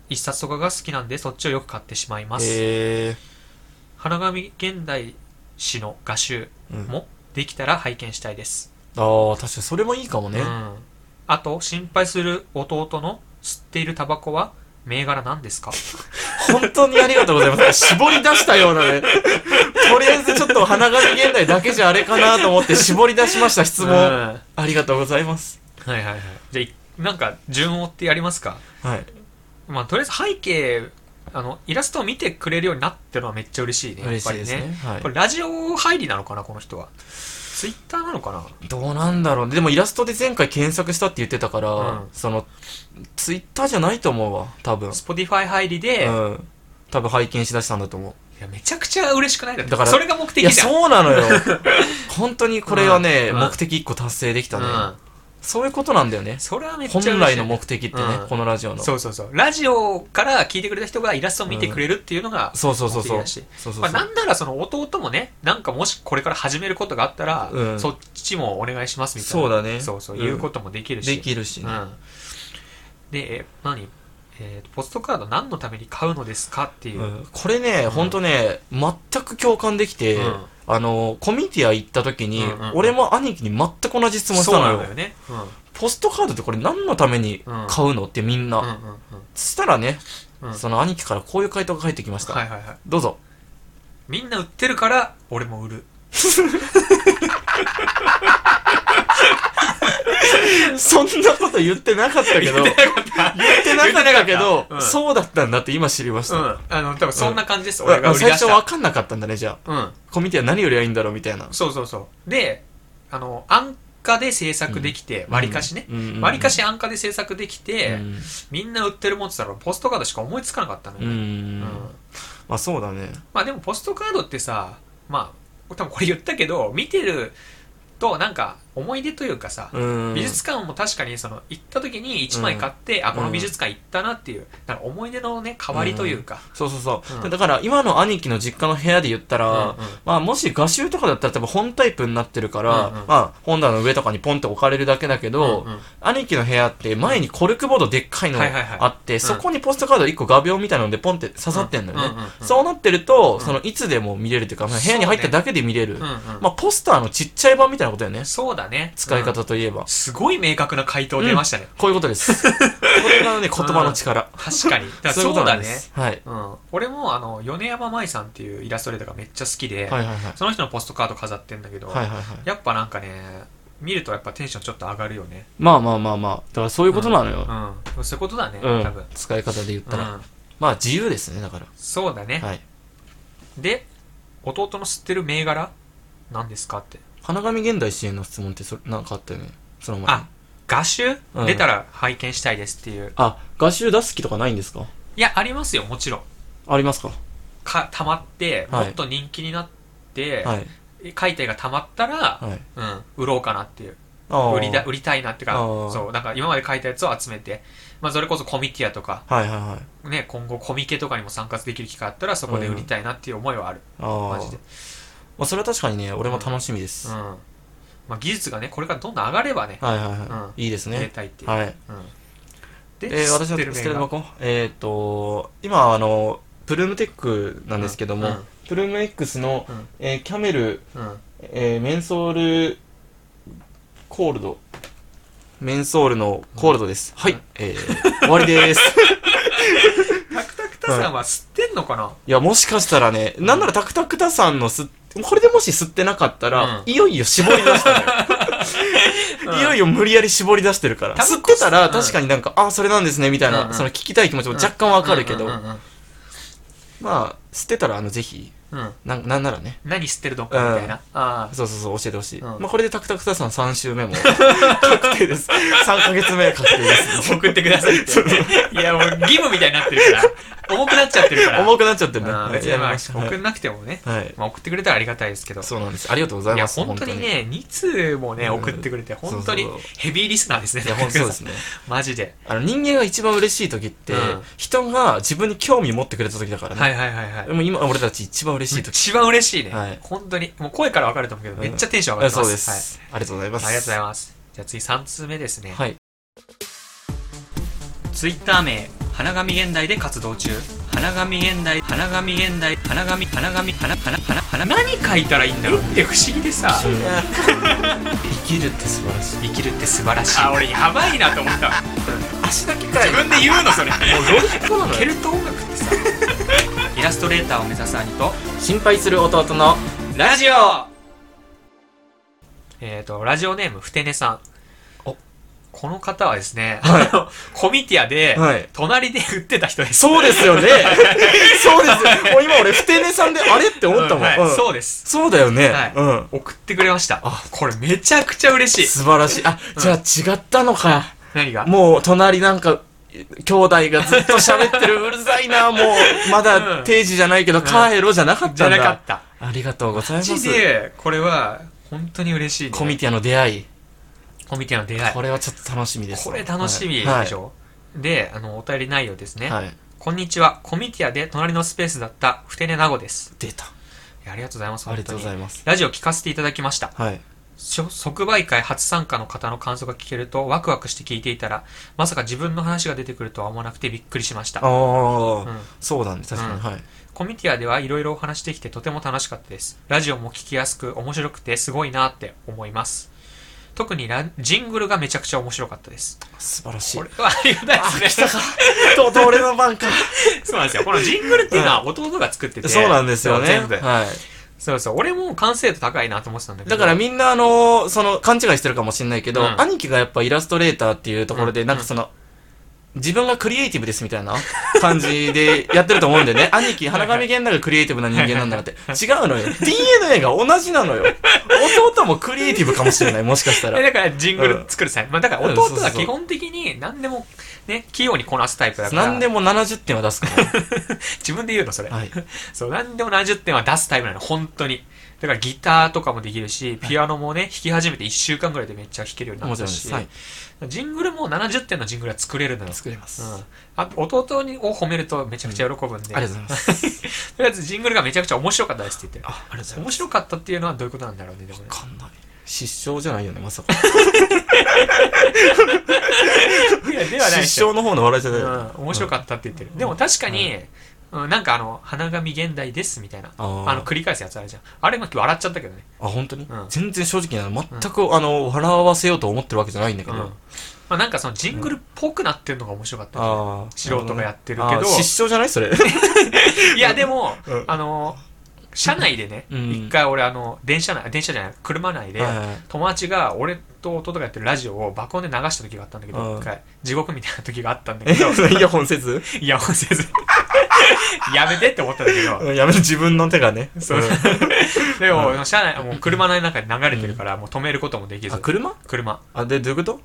[SPEAKER 1] 一冊とかが好きなんでそっちをよく買ってしまいます、
[SPEAKER 2] え
[SPEAKER 1] 花紙現代史の画集
[SPEAKER 2] ーうん、あ
[SPEAKER 1] もできたら拝見したいです、
[SPEAKER 2] あ確かにそれもいいかもね、
[SPEAKER 1] うんあと心配する弟の吸っているタバコは銘柄なんですか
[SPEAKER 2] 本当にありがとうございます。絞り出したようなね。 とりあえずちょっと花紙現代だけじゃあれかなと思って絞り出しました質問。
[SPEAKER 1] は
[SPEAKER 2] ありがとうございます。
[SPEAKER 1] いはいはいじゃあいなんか順を追ってやりますか
[SPEAKER 2] はい。
[SPEAKER 1] まあ、とりあえず背景あのイラストを見てくれるようになってるのはめっちゃ嬉しいねやっ
[SPEAKER 2] 嬉
[SPEAKER 1] ぱ
[SPEAKER 2] しい
[SPEAKER 1] り
[SPEAKER 2] ですね。はい
[SPEAKER 1] こ。れラジオ入りなのかなこの人はツイッターなのかな
[SPEAKER 2] どうなんだろうねでもイラストで前回検索したって言ってたから、
[SPEAKER 1] うん
[SPEAKER 2] そのツイッターじゃないと思うわ多分
[SPEAKER 1] Spotify 入り
[SPEAKER 2] う
[SPEAKER 1] で、い
[SPEAKER 2] ん多分拝見しだしたんだと思
[SPEAKER 1] やめちゃくちゃ嬉しくないだって
[SPEAKER 2] だから
[SPEAKER 1] それが目
[SPEAKER 2] うい
[SPEAKER 1] 的
[SPEAKER 2] や
[SPEAKER 1] じゃん
[SPEAKER 2] そうなの よ本当にこれはね、
[SPEAKER 1] うん
[SPEAKER 2] 目的一個達成できたね、
[SPEAKER 1] う
[SPEAKER 2] そういうことなんだよね
[SPEAKER 1] ん、それはめっちゃ
[SPEAKER 2] 本
[SPEAKER 1] 嬉しい、
[SPEAKER 2] 来の目的ってね、
[SPEAKER 1] うん
[SPEAKER 2] このラジオの
[SPEAKER 1] そうそうそうラジオから聞いてくれた人がイラストを見てくれるっていうのが、
[SPEAKER 2] そうそうそうそう
[SPEAKER 1] 目的だし
[SPEAKER 2] そうそう
[SPEAKER 1] ま
[SPEAKER 2] そ
[SPEAKER 1] あ、
[SPEAKER 2] う、
[SPEAKER 1] なんならその弟もねなんかもしこれから始めることがあったら、
[SPEAKER 2] うん
[SPEAKER 1] そっちもお願いしますみたいな
[SPEAKER 2] そうだね
[SPEAKER 1] そうそう、
[SPEAKER 2] うん
[SPEAKER 1] 言うこともできるし
[SPEAKER 2] できるしね、
[SPEAKER 1] うん、でえ何、えーポストカード何のために買うのですかっていう、
[SPEAKER 2] うんこれね、ほんとね、全く共感できて、
[SPEAKER 1] うん
[SPEAKER 2] あの、コミティア行った時に、
[SPEAKER 1] うんうん
[SPEAKER 2] 俺も兄貴に全く同じ質問し
[SPEAKER 1] そう
[SPEAKER 2] た
[SPEAKER 1] な
[SPEAKER 2] のよ
[SPEAKER 1] の。よね、うん
[SPEAKER 2] ポストカードってこれ何のために買うのってみんな。
[SPEAKER 1] うんうん
[SPEAKER 2] そしたらね、
[SPEAKER 1] うんうん
[SPEAKER 2] その兄貴からこういう回答が返ってきました。
[SPEAKER 1] はいはいはい
[SPEAKER 2] どうぞ。
[SPEAKER 1] みんな売ってるから俺も売る
[SPEAKER 2] そんなこと言ってなかったけど、言ってなかったけ
[SPEAKER 1] 言ってなか
[SPEAKER 2] ど
[SPEAKER 1] っ、たうん
[SPEAKER 2] そうだったんだって今知りまし
[SPEAKER 1] う
[SPEAKER 2] た。
[SPEAKER 1] んあの多分そんな感じです、俺
[SPEAKER 2] 俺
[SPEAKER 1] が
[SPEAKER 2] が
[SPEAKER 1] 売り
[SPEAKER 2] 最
[SPEAKER 1] 出し
[SPEAKER 2] 初
[SPEAKER 1] た
[SPEAKER 2] 分かんなかったんだね、じゃあ。
[SPEAKER 1] うん
[SPEAKER 2] コミティア何よりはいいんだろうみたいな。
[SPEAKER 1] そうそうそうであの安価で制作できて、わりかしね。
[SPEAKER 2] うん
[SPEAKER 1] わりかし安価で制作できて、
[SPEAKER 2] うん
[SPEAKER 1] みんな売ってるもんって言ったらポストカードしか思いつかなかったの
[SPEAKER 2] う
[SPEAKER 1] よね、うん
[SPEAKER 2] んまあそうだね
[SPEAKER 1] まあでもポストカードってさまあ多分これ言ったけど見てるとなんか思い出というかさ、
[SPEAKER 2] うん
[SPEAKER 1] 美術館も確かにその行った時に1枚買って、あこの美術館行ったなっていうなんか思い出のね変わりというか、
[SPEAKER 2] そうそうそう、
[SPEAKER 1] うん
[SPEAKER 2] だから今の兄貴の実家の部屋で言ったら、
[SPEAKER 1] うんうん
[SPEAKER 2] まあもし画集とかだったら多分本タイプになってるから、
[SPEAKER 1] うんうん
[SPEAKER 2] まあ本棚の上とかにポンって置かれるだけだけど、
[SPEAKER 1] うんうん
[SPEAKER 2] 兄貴の部屋って前にコルクボードでっかいのが
[SPEAKER 1] はいはいはい
[SPEAKER 2] あって、そこにポストカード1個画鋲みたいなのでポンって刺さってんのよね、
[SPEAKER 1] うんうんうん
[SPEAKER 2] そうなってると、
[SPEAKER 1] ん
[SPEAKER 2] そのいつでも見れるっていうか、まあ
[SPEAKER 1] そう
[SPEAKER 2] 部
[SPEAKER 1] ね
[SPEAKER 2] 屋に入っただけで見れる、
[SPEAKER 1] うんうん
[SPEAKER 2] まあポスターのちっちゃい版みたいなことだよね
[SPEAKER 1] そうだね
[SPEAKER 2] 使い
[SPEAKER 1] うん
[SPEAKER 2] 方といえば、
[SPEAKER 1] すごい明確な回答出ましたね、
[SPEAKER 2] こういうことですこれがね言葉 の力、
[SPEAKER 1] 確かにだから
[SPEAKER 2] そうい
[SPEAKER 1] そう
[SPEAKER 2] うことな
[SPEAKER 1] だ
[SPEAKER 2] んで
[SPEAKER 1] ね
[SPEAKER 2] すはい、
[SPEAKER 1] うん、俺もあの米山舞さんっていうイラストレーターがめっちゃ好きで、
[SPEAKER 2] はいはいはい
[SPEAKER 1] その人のポストカード飾ってんだけど、
[SPEAKER 2] はいはいはい
[SPEAKER 1] やっぱなんかね見るとやっぱテンションちょっと上がるよね
[SPEAKER 2] まあまあまあまあだからそういうことなのよ、
[SPEAKER 1] うんそういうことだね、
[SPEAKER 2] うん
[SPEAKER 1] 多分、
[SPEAKER 2] 使い方で言ったら、
[SPEAKER 1] うん
[SPEAKER 2] まあ自由ですねだから
[SPEAKER 1] そうだね、
[SPEAKER 2] はい
[SPEAKER 1] で弟の知ってる銘柄何ですかって
[SPEAKER 2] 花紙現代支援の質問ってそれなんかあったよねその前に
[SPEAKER 1] あ画集、
[SPEAKER 2] うん
[SPEAKER 1] 出たら拝見したいですっていう
[SPEAKER 2] あ画集出す気とかないんですか
[SPEAKER 1] いやありますよもちろん
[SPEAKER 2] ありますか
[SPEAKER 1] かたまっても
[SPEAKER 2] はい
[SPEAKER 1] っと人気になって、
[SPEAKER 2] はい
[SPEAKER 1] 解体がたまったら、
[SPEAKER 2] はい
[SPEAKER 1] うん、売ろうかなっていう
[SPEAKER 2] あー
[SPEAKER 1] 売りだ売りたいなってか
[SPEAKER 2] あー
[SPEAKER 1] そうなんか今まで書いたやつを集めて、まあ、それこそコミティアとか、
[SPEAKER 2] はいはいはい
[SPEAKER 1] ね、今後コミケとかにも参加できる機会あったらそこで売りたいなっていう思いはある、
[SPEAKER 2] ああ
[SPEAKER 1] マジで、
[SPEAKER 2] まあ、それは確かにね俺も楽しみで
[SPEAKER 1] う
[SPEAKER 2] す、
[SPEAKER 1] んまあ、技術がねこれからどんどん上がればね
[SPEAKER 2] はいはいはい、
[SPEAKER 1] う
[SPEAKER 2] いいです
[SPEAKER 1] 売れ
[SPEAKER 2] ね
[SPEAKER 1] たいっていう、
[SPEAKER 2] は
[SPEAKER 1] う
[SPEAKER 2] い
[SPEAKER 1] ん、
[SPEAKER 2] え
[SPEAKER 1] で
[SPEAKER 2] ー、
[SPEAKER 1] 知って
[SPEAKER 2] 私は捨
[SPEAKER 1] る
[SPEAKER 2] て
[SPEAKER 1] 銘
[SPEAKER 2] る
[SPEAKER 1] 柄
[SPEAKER 2] 箱えーっ、と今あのプルームテックなんですけども、
[SPEAKER 1] うんうん
[SPEAKER 2] プルーム X の、
[SPEAKER 1] うん
[SPEAKER 2] えーキャメル
[SPEAKER 1] うん
[SPEAKER 2] えーメンソールコールド。メンソールのコールドです。はい、
[SPEAKER 1] うん
[SPEAKER 2] えー、終わり です。
[SPEAKER 1] タクタクタさんは吸ってんのかな、
[SPEAKER 2] いや、もしかしたらね、なんならタクタクタさんの吸っこれでもし吸ってなかったら、
[SPEAKER 1] うん
[SPEAKER 2] いよいよ絞り出したのよ。いよいよ無理やり絞り出してるから。
[SPEAKER 1] タ
[SPEAKER 2] 吸
[SPEAKER 1] バ
[SPEAKER 2] っ
[SPEAKER 1] コ吸
[SPEAKER 2] てたら、
[SPEAKER 1] うん
[SPEAKER 2] 確かになんか、あ、それなんですね、みたいな、
[SPEAKER 1] うんうん
[SPEAKER 2] その聞きたい気持ちも若干わかるけど、
[SPEAKER 1] うんうんうん
[SPEAKER 2] まあ、吸ってたら、あの、ぜひ、
[SPEAKER 1] うんうん
[SPEAKER 2] なん、なんならね、
[SPEAKER 1] 何吸ってるのかみたいな、あ
[SPEAKER 2] そうそうそう、教えてほしい。
[SPEAKER 1] うん
[SPEAKER 2] まあ、これでタクタクタさん3週 目も、確定です。3ヶ月目確定 です。
[SPEAKER 1] あ送ってくださいっていやもう義務みたいになってるから重くなっちゃってるから
[SPEAKER 2] 重くなっちゃってね。
[SPEAKER 1] あー
[SPEAKER 2] はい
[SPEAKER 1] 別にまあ
[SPEAKER 2] はい
[SPEAKER 1] 送んなくてもね、
[SPEAKER 2] はい。
[SPEAKER 1] まあ、送ってくれたらありがたいですけど
[SPEAKER 2] そうなんです。ありがとうござい
[SPEAKER 1] いや
[SPEAKER 2] ます。
[SPEAKER 1] 本当に。ね2通もね
[SPEAKER 2] うん
[SPEAKER 1] 送ってくれて本当に
[SPEAKER 2] そうそう
[SPEAKER 1] ヘビーリスナーですね
[SPEAKER 2] いや、本当そうですね。
[SPEAKER 1] マジで
[SPEAKER 2] あの、人間が一番嬉しい時って
[SPEAKER 1] うん、
[SPEAKER 2] 人が自分に興味持ってくれた時だから
[SPEAKER 1] は
[SPEAKER 2] ね。
[SPEAKER 1] いはいはいはい
[SPEAKER 2] でも今、俺たち一番嬉しい時。
[SPEAKER 1] 一番嬉しいね、
[SPEAKER 2] はい
[SPEAKER 1] 本当にもう声からわかると思うけど、
[SPEAKER 2] うん
[SPEAKER 1] めっちゃテンション上が
[SPEAKER 2] あ
[SPEAKER 1] ってます
[SPEAKER 2] そうです。ありがとうございま
[SPEAKER 1] はい、
[SPEAKER 2] す。
[SPEAKER 1] ありがとうござい
[SPEAKER 2] ま
[SPEAKER 1] ますじゃあ次3通目ですね、
[SPEAKER 2] はい。
[SPEAKER 1] ツイッター名花紙現代で活動中花紙現代花紙現代花紙花紙花花花花何書いたらいいんだろうって不思議でさ
[SPEAKER 2] 生きるって素晴らしい。
[SPEAKER 1] 生きるって素晴らしいあ俺やばいなと思った
[SPEAKER 2] 足だけか
[SPEAKER 1] 自分で言うのそ れ
[SPEAKER 2] そうなのよ
[SPEAKER 1] ケルト音楽ってさイラストレーターを目指す兄と
[SPEAKER 2] 心配する弟の、
[SPEAKER 1] ラジオえっ、とラジオネームふてねさん
[SPEAKER 2] お
[SPEAKER 1] この方はですね、
[SPEAKER 2] はい
[SPEAKER 1] あのコミティアで、
[SPEAKER 2] はい
[SPEAKER 1] 隣で売ってた人です
[SPEAKER 2] そうですよ ね。 そうですよ。もう今俺、ふてねさんで、あれって思ったもん。
[SPEAKER 1] はい
[SPEAKER 2] うん
[SPEAKER 1] そうです
[SPEAKER 2] そうだよね
[SPEAKER 1] はい。
[SPEAKER 2] うん。
[SPEAKER 1] 送ってくれましたあこれめちゃくちゃ嬉しい
[SPEAKER 2] 素晴らしい。あ、じゃあ違ったのか。
[SPEAKER 1] 何が
[SPEAKER 2] もう隣なんか、兄弟がずっと喋っ てるうるさいな、もう、ま
[SPEAKER 1] う
[SPEAKER 2] だ
[SPEAKER 1] ん
[SPEAKER 2] 定時じゃないけど、帰ろうじゃなかっ
[SPEAKER 1] じ
[SPEAKER 2] た
[SPEAKER 1] ゃ
[SPEAKER 2] んだ。
[SPEAKER 1] なかった
[SPEAKER 2] ありがとうございま
[SPEAKER 1] マジ
[SPEAKER 2] す。
[SPEAKER 1] でこれは本当に嬉しい、ね、
[SPEAKER 2] コミティアの出会い。
[SPEAKER 1] コミティアの出会い
[SPEAKER 2] これはちょっと楽しみです。
[SPEAKER 1] これ楽しみでしょ、
[SPEAKER 2] はい
[SPEAKER 1] であのお便り内容ですね、
[SPEAKER 2] はい。はい
[SPEAKER 1] こんにちはコミティアで隣のスペースだったふてねなごです
[SPEAKER 2] 出た。
[SPEAKER 1] いやありがとうございます
[SPEAKER 2] ありがとうござ
[SPEAKER 1] ます
[SPEAKER 2] います。
[SPEAKER 1] ラジオ聞かせていただきました
[SPEAKER 2] はい。
[SPEAKER 1] しょ即売会初参加の方の感想が聞けるとワクワクして聞いていたらまさか自分の話が出てくるとは思わなくてびっくりしました
[SPEAKER 2] ああ、
[SPEAKER 1] うん
[SPEAKER 2] そうだね、確かに。
[SPEAKER 1] うん
[SPEAKER 2] はい。
[SPEAKER 1] コミティアではいろいろお話できてとても楽しかったです。ラジオも聞きやすく面白くてすごいなって思います。特にラジングルがめちゃくちゃ面白かったです。
[SPEAKER 2] 素晴らしい
[SPEAKER 1] これ。はありがたいですね。
[SPEAKER 2] とうとう俺の番か。
[SPEAKER 1] そうなんですよ。このジングルっていうのは弟が作ってて。
[SPEAKER 2] そうなんですよね。
[SPEAKER 1] 全部。
[SPEAKER 2] はい。
[SPEAKER 1] そうそう。俺も完成度高いなと思ってたんだけど。
[SPEAKER 2] だからみんな、あのーその、勘違いしてるかもしれないけど、
[SPEAKER 1] うん
[SPEAKER 2] 兄貴がやっぱイラストレーターっていうところで、
[SPEAKER 1] うん
[SPEAKER 2] なんかその、自分がクリエイティブですみたいな感じでやってると思うんだよね。兄貴、花神源太がクリエイティブな人間なんだなって。違うのよ。DNA が同じなのよ。弟もクリエイティブかもしれない、もしかした
[SPEAKER 1] え
[SPEAKER 2] ら。
[SPEAKER 1] だからジングル作る際、まあ、だから
[SPEAKER 2] うん
[SPEAKER 1] 弟
[SPEAKER 2] そうそう
[SPEAKER 1] は
[SPEAKER 2] そう
[SPEAKER 1] 基本的に何でも、ね、器用にこなすタイプだから
[SPEAKER 2] 何でも70点は出すか
[SPEAKER 1] 自分で言うのそれ、
[SPEAKER 2] ら。はい。
[SPEAKER 1] そう何でも70点は出すタイプなの本当にだからギターとかもできるしピアノもね弾き始めて1週間ぐらいでめっちゃ弾けるようにな
[SPEAKER 2] も
[SPEAKER 1] っ
[SPEAKER 2] ちろ
[SPEAKER 1] た
[SPEAKER 2] んで
[SPEAKER 1] し、
[SPEAKER 2] す。はい。
[SPEAKER 1] ジングルも70点のジングルは作れるのよ、
[SPEAKER 2] 作れます。
[SPEAKER 1] うん
[SPEAKER 2] あ、
[SPEAKER 1] あ弟にを褒めるとめちゃくちゃ喜ぶんで、
[SPEAKER 2] りがとうございます。
[SPEAKER 1] とりあえずジングルがめちゃくちゃ面白かったですって言ってる
[SPEAKER 2] あ、ありがとうございま
[SPEAKER 1] 面白かったっていうのはどういうことなんだろうねでもね
[SPEAKER 2] す。わかんない。失笑じゃないよね、まさか。
[SPEAKER 1] いやではないです
[SPEAKER 2] 失
[SPEAKER 1] よ、
[SPEAKER 2] 笑の方の笑いじゃないよね。
[SPEAKER 1] うん、面白かったって言ってる、でも確かに、うん、なんかあの「花紙現代です」みたいな
[SPEAKER 2] あー
[SPEAKER 1] あの繰り返すやつあるじゃんあれ今笑っちゃったけどね、
[SPEAKER 2] あ、本当に、
[SPEAKER 1] うん
[SPEAKER 2] 全然正直なの。全く、あの、笑わせようと思ってるわけじゃないんだけ
[SPEAKER 1] う
[SPEAKER 2] ど。
[SPEAKER 1] んまあ、なんかそのジングルっぽくなってるのが面白かったね、
[SPEAKER 2] ああ。
[SPEAKER 1] 素人がやってるけど
[SPEAKER 2] あー失笑じゃないそ れ。
[SPEAKER 1] いやでも、
[SPEAKER 2] うん
[SPEAKER 1] あの車内でね
[SPEAKER 2] うん
[SPEAKER 1] 一、回俺あの電車内電車じゃない車内で、
[SPEAKER 2] はいはい
[SPEAKER 1] 友達が俺と弟がやってるラジオを爆音で流した時があったんだけ
[SPEAKER 2] う
[SPEAKER 1] ど
[SPEAKER 2] ん
[SPEAKER 1] 一回地獄みたいな時があったんだけ
[SPEAKER 2] え、
[SPEAKER 1] ど
[SPEAKER 2] それイヤホンせず
[SPEAKER 1] いやもうせずやめてって思ったんだけど
[SPEAKER 2] うんやめる自分の手がね。
[SPEAKER 1] そう
[SPEAKER 2] うん
[SPEAKER 1] でも車内もう車の中で流れてるからもう止めることもできず
[SPEAKER 2] あ、車
[SPEAKER 1] 車
[SPEAKER 2] あ、で、どういうこと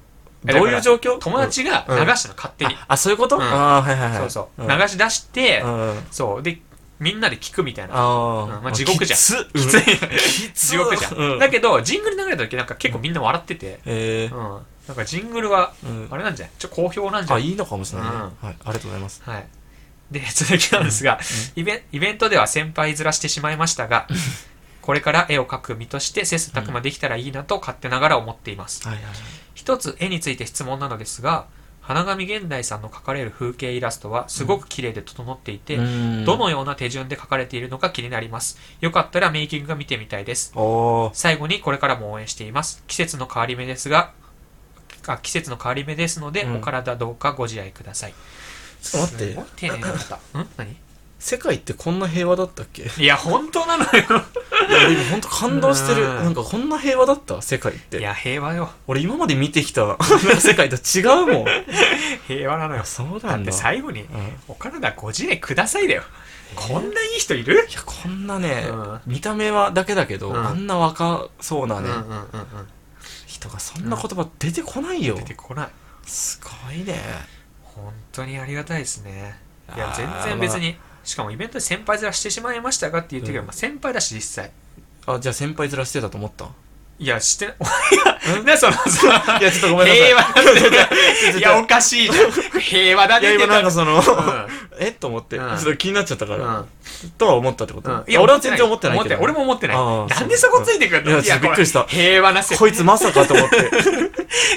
[SPEAKER 1] え
[SPEAKER 2] どういう状況
[SPEAKER 1] 友達が流したの勝手に
[SPEAKER 2] あ、あそういうこと、
[SPEAKER 1] うん
[SPEAKER 2] ああ、はいはいはい。
[SPEAKER 1] そうそう流
[SPEAKER 2] んうん
[SPEAKER 1] し出して
[SPEAKER 2] あ
[SPEAKER 1] そうでみんなで聞くみたいな
[SPEAKER 2] あ、
[SPEAKER 1] うんまあ地獄じゃん
[SPEAKER 2] きつ。
[SPEAKER 1] きつい
[SPEAKER 2] つ
[SPEAKER 1] 地獄じゃん、
[SPEAKER 2] うん
[SPEAKER 1] だけどジングル流れた時なんか結構みんな笑ってて、
[SPEAKER 2] え
[SPEAKER 1] う
[SPEAKER 2] ー
[SPEAKER 1] んなんかジングルは
[SPEAKER 2] うん
[SPEAKER 1] あれなんじゃないちょっと好評なんじゃ
[SPEAKER 2] あ、
[SPEAKER 1] ない、
[SPEAKER 2] いいのかもしれない、ね
[SPEAKER 1] うん
[SPEAKER 2] はい。ありがとうございます。
[SPEAKER 1] はい、で続きなんですが、イベンイベントでは先輩ずらしてしまいましたがこれから絵を描く身として切磋琢磨できたらいいなと勝手ながら思っています
[SPEAKER 2] はいはいはい。
[SPEAKER 1] 一つ絵について質問なのですが花神現代さんの描かれる風景イラストはすごく綺麗で整っていて、
[SPEAKER 2] うん
[SPEAKER 1] どのような手順で描かれているのか気になりますよかったらメイキングが見てみたいです
[SPEAKER 2] おー
[SPEAKER 1] 最後にこれからも応援しています季節の変わり目ですがあ季節の変わり目ですので、
[SPEAKER 2] うん
[SPEAKER 1] お体どうかご自愛ください
[SPEAKER 2] ちょっと待っ
[SPEAKER 1] す
[SPEAKER 2] て
[SPEAKER 1] ごい。丁寧な 方ん何
[SPEAKER 2] 世界ってこんな平和だったっけい
[SPEAKER 1] いや本当なのよ
[SPEAKER 2] や、でも本当感動してる。
[SPEAKER 1] うん
[SPEAKER 2] なんかこんな平和だった世界っ
[SPEAKER 1] い
[SPEAKER 2] て。
[SPEAKER 1] や平和よ
[SPEAKER 2] 俺今まで見てき たなんか世界と違うもん。
[SPEAKER 1] 平和なのよ
[SPEAKER 2] あそう
[SPEAKER 1] だ
[SPEAKER 2] な
[SPEAKER 1] っ
[SPEAKER 2] ん
[SPEAKER 1] て
[SPEAKER 2] だ。
[SPEAKER 1] 最後に
[SPEAKER 2] うんい
[SPEAKER 1] お体ご自愛くださいだよこんないい人いる
[SPEAKER 2] や、こんなね、
[SPEAKER 1] うん
[SPEAKER 2] 見た目はだけだけど、
[SPEAKER 1] うん
[SPEAKER 2] あんな若そうな
[SPEAKER 1] うん
[SPEAKER 2] ね、
[SPEAKER 1] うんうんうん
[SPEAKER 2] 人がそんな言葉出てこないよ
[SPEAKER 1] 出。てこない
[SPEAKER 2] すごいね。
[SPEAKER 1] 本当にありがたいですねいや
[SPEAKER 2] あ
[SPEAKER 1] 全
[SPEAKER 2] ー
[SPEAKER 1] 然別に、しかもイベントで先輩面してしまいましたがっていう時は、
[SPEAKER 2] うん
[SPEAKER 1] まあ、先輩だし実際
[SPEAKER 2] あ、じゃあ先輩ずらしてたと思った。
[SPEAKER 1] いやして いやねそのその
[SPEAKER 2] いや、ちょっとごめんなさい。
[SPEAKER 1] 平和だっ
[SPEAKER 2] ち
[SPEAKER 1] て
[SPEAKER 2] ょ
[SPEAKER 1] いや、
[SPEAKER 2] ちょ
[SPEAKER 1] おかしいじゃん。平和だっ
[SPEAKER 2] い
[SPEAKER 1] て
[SPEAKER 2] や、
[SPEAKER 1] 言ってた
[SPEAKER 2] 今なんかその、
[SPEAKER 1] う ん
[SPEAKER 2] えっと思って、ち
[SPEAKER 1] う
[SPEAKER 2] ょ
[SPEAKER 1] ん
[SPEAKER 2] っと気になっちゃったか
[SPEAKER 1] う
[SPEAKER 2] ら
[SPEAKER 1] ん、
[SPEAKER 2] とは思ったってこと
[SPEAKER 1] うん
[SPEAKER 2] いや、俺は全然思ってないけど。
[SPEAKER 1] 俺も思ってな
[SPEAKER 2] あ
[SPEAKER 1] い。
[SPEAKER 2] ー
[SPEAKER 1] なんでそこついてくるの
[SPEAKER 2] いやちょっとびっくりした
[SPEAKER 1] これ平和な世
[SPEAKER 2] こいつまさかと思って、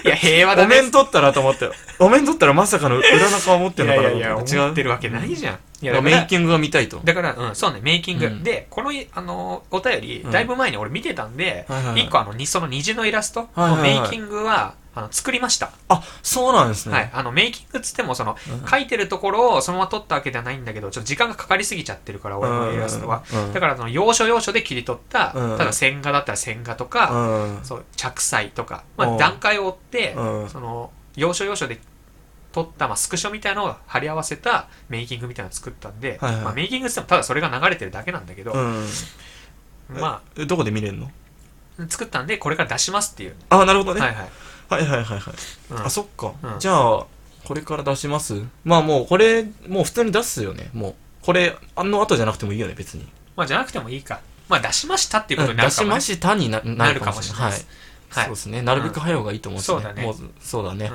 [SPEAKER 1] いや、平和だ
[SPEAKER 2] お
[SPEAKER 1] ね。
[SPEAKER 2] 面取ったらと思 って、お面取ったらまさかの裏の顔持って
[SPEAKER 1] い
[SPEAKER 2] るの
[SPEAKER 1] や
[SPEAKER 2] か
[SPEAKER 1] い
[SPEAKER 2] な
[SPEAKER 1] やい
[SPEAKER 2] と
[SPEAKER 1] や、
[SPEAKER 2] 思って。
[SPEAKER 1] 思って
[SPEAKER 2] 違う。
[SPEAKER 1] るわけないじゃん。い
[SPEAKER 2] い
[SPEAKER 1] や、
[SPEAKER 2] や
[SPEAKER 1] だか
[SPEAKER 2] メイ
[SPEAKER 1] ら、
[SPEAKER 2] キングが見たいと。
[SPEAKER 1] だからうん、そうね、メイキン
[SPEAKER 2] う
[SPEAKER 1] グ。
[SPEAKER 2] ん
[SPEAKER 1] で、このい、あの、お便り
[SPEAKER 2] う、ん
[SPEAKER 1] だいぶ前に俺見てたんで
[SPEAKER 2] はいはい、はい
[SPEAKER 1] 一個あの、にその虹のイラスト
[SPEAKER 2] はい
[SPEAKER 1] の
[SPEAKER 2] はい
[SPEAKER 1] メイ
[SPEAKER 2] はい
[SPEAKER 1] キングは、あの、作りました。
[SPEAKER 2] あ、そうなんですね。
[SPEAKER 1] はい。あの、メイキングっつっても、その
[SPEAKER 2] う、ん
[SPEAKER 1] 書いてるところをそのまま撮ったわけじゃないんだけど、ちょっと時間がかかりすぎちゃってるから、俺のイラストは。
[SPEAKER 2] うん。
[SPEAKER 1] だからその要所要所で切り取った、
[SPEAKER 2] うん
[SPEAKER 1] ただ線画だったら線画とか、
[SPEAKER 2] うん。
[SPEAKER 1] そう着彩とか、ま
[SPEAKER 2] う
[SPEAKER 1] あ、
[SPEAKER 2] ん
[SPEAKER 1] 段階を追って、
[SPEAKER 2] うん
[SPEAKER 1] その要所要所で撮った、まあ、スクショみたいなのを貼り合わせたメイキングみたいなのを作ったんで、
[SPEAKER 2] はいはい
[SPEAKER 1] まあ、メイキングって言ってもただそれが流れてるだけなんだけど、
[SPEAKER 2] うん。
[SPEAKER 1] ま
[SPEAKER 2] えどこで見れるの
[SPEAKER 1] あ作ったんでこれから出しますっていう、
[SPEAKER 2] あ、なるほどね。
[SPEAKER 1] はいはい、
[SPEAKER 2] はいはいはいはい。
[SPEAKER 1] うん
[SPEAKER 2] あ、そっか
[SPEAKER 1] う。ん
[SPEAKER 2] じゃあ、これから出しますまあもう、これ、もう普通に出すよね。もう。これ、あの後じゃなくてもいいよね、別に。
[SPEAKER 1] まあ、じゃなくてもいいか、まあ、出しましたっていうことになる
[SPEAKER 2] 出
[SPEAKER 1] か
[SPEAKER 2] し
[SPEAKER 1] も、ね
[SPEAKER 2] ましたにな
[SPEAKER 1] な
[SPEAKER 2] な
[SPEAKER 1] る
[SPEAKER 2] る
[SPEAKER 1] か
[SPEAKER 2] か
[SPEAKER 1] も
[SPEAKER 2] も
[SPEAKER 1] し
[SPEAKER 2] し
[SPEAKER 1] れ
[SPEAKER 2] れ
[SPEAKER 1] ない
[SPEAKER 2] ない。
[SPEAKER 1] です
[SPEAKER 2] はい。
[SPEAKER 1] は
[SPEAKER 2] そ
[SPEAKER 1] いう
[SPEAKER 2] ですね。なるべく早い方がいいと思うしね。
[SPEAKER 1] うんそうだね
[SPEAKER 2] もうそうだね。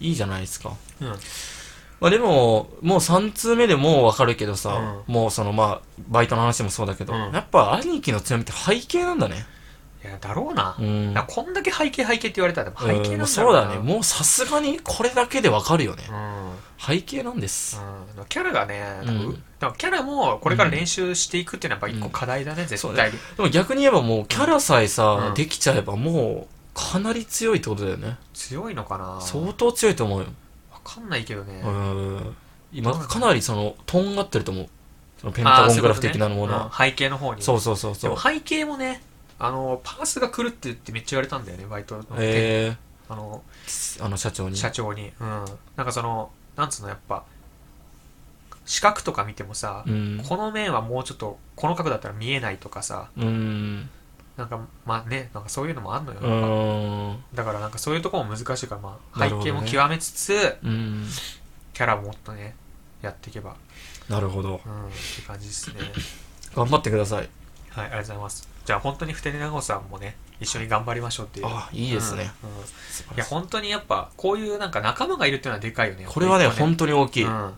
[SPEAKER 2] いいじゃないですか。
[SPEAKER 1] うんうん
[SPEAKER 2] まあでも、もう3通目でもうわかるけどさ、
[SPEAKER 1] う
[SPEAKER 2] もうそのまあ、バイトの話もそうだけど、
[SPEAKER 1] うん
[SPEAKER 2] やっぱ兄貴の強みって背景なんだね。
[SPEAKER 1] いやだろうな、
[SPEAKER 2] うん
[SPEAKER 1] だからこんだけ背景背景って言われたらでも背景なんだろう
[SPEAKER 2] う
[SPEAKER 1] な、
[SPEAKER 2] んそうだね。もうさすがにこれだけでわかるよね。
[SPEAKER 1] うん
[SPEAKER 2] 背景なんです。
[SPEAKER 1] うん、キャラがね、
[SPEAKER 2] うん
[SPEAKER 1] なんかうだからキャラもこれから練習していくっていうのはやっぱ一個課題だね、絶対に。
[SPEAKER 2] でも逆に言えばもうキャラさえさ、
[SPEAKER 1] うん
[SPEAKER 2] できちゃえばもうかなり強いってことだよね。
[SPEAKER 1] 強いのかな
[SPEAKER 2] 相当強いと思うよ。
[SPEAKER 1] わかんないけどね。
[SPEAKER 2] うん。今
[SPEAKER 1] そうだね
[SPEAKER 2] かなりその、とんがってると思う。そのペン
[SPEAKER 1] あ
[SPEAKER 2] タ
[SPEAKER 1] ー
[SPEAKER 2] ゴ
[SPEAKER 1] そうい
[SPEAKER 2] ン
[SPEAKER 1] う
[SPEAKER 2] グ
[SPEAKER 1] こ
[SPEAKER 2] ラ
[SPEAKER 1] と
[SPEAKER 2] フ
[SPEAKER 1] ね
[SPEAKER 2] 的なもの
[SPEAKER 1] うん
[SPEAKER 2] は。
[SPEAKER 1] 背景の方に。
[SPEAKER 2] そうそうそうそ
[SPEAKER 1] で
[SPEAKER 2] う
[SPEAKER 1] も。背景もね、あの、パースが狂ってるってめっちゃ言われたんだよね、バイトの、
[SPEAKER 2] え
[SPEAKER 1] あの
[SPEAKER 2] ー、あの社長に。
[SPEAKER 1] 社長に。うん。なんかその、なんつうのやっぱ四角とか見てもさ、
[SPEAKER 2] うん
[SPEAKER 1] この面はもうちょっとこの角だったら見えないとかさ
[SPEAKER 2] うん
[SPEAKER 1] なんかまあねなんかそういうのもあんのよ、
[SPEAKER 2] うん
[SPEAKER 1] だからなんかそういうとこも難しいから、まあ、
[SPEAKER 2] な
[SPEAKER 1] 背
[SPEAKER 2] るほど
[SPEAKER 1] 景
[SPEAKER 2] ね
[SPEAKER 1] も極めつつ、
[SPEAKER 2] うん
[SPEAKER 1] キャラももっとねやっていけば
[SPEAKER 2] なるほど
[SPEAKER 1] うんって感じですね
[SPEAKER 2] 頑張ってください
[SPEAKER 1] はいありがとうございますじゃあ本当に二人長尾さんもね一緒に頑張りましょうっていう
[SPEAKER 2] あいいですね、、
[SPEAKER 1] うんうん
[SPEAKER 2] 素
[SPEAKER 1] い
[SPEAKER 2] 晴
[SPEAKER 1] や
[SPEAKER 2] らしい
[SPEAKER 1] 本当にやっぱこういうなんか仲間がいるっていうのはでかいよね
[SPEAKER 2] これはね本
[SPEAKER 1] 当
[SPEAKER 2] 当に大きい、
[SPEAKER 1] うん、
[SPEAKER 2] い
[SPEAKER 1] は
[SPEAKER 2] わ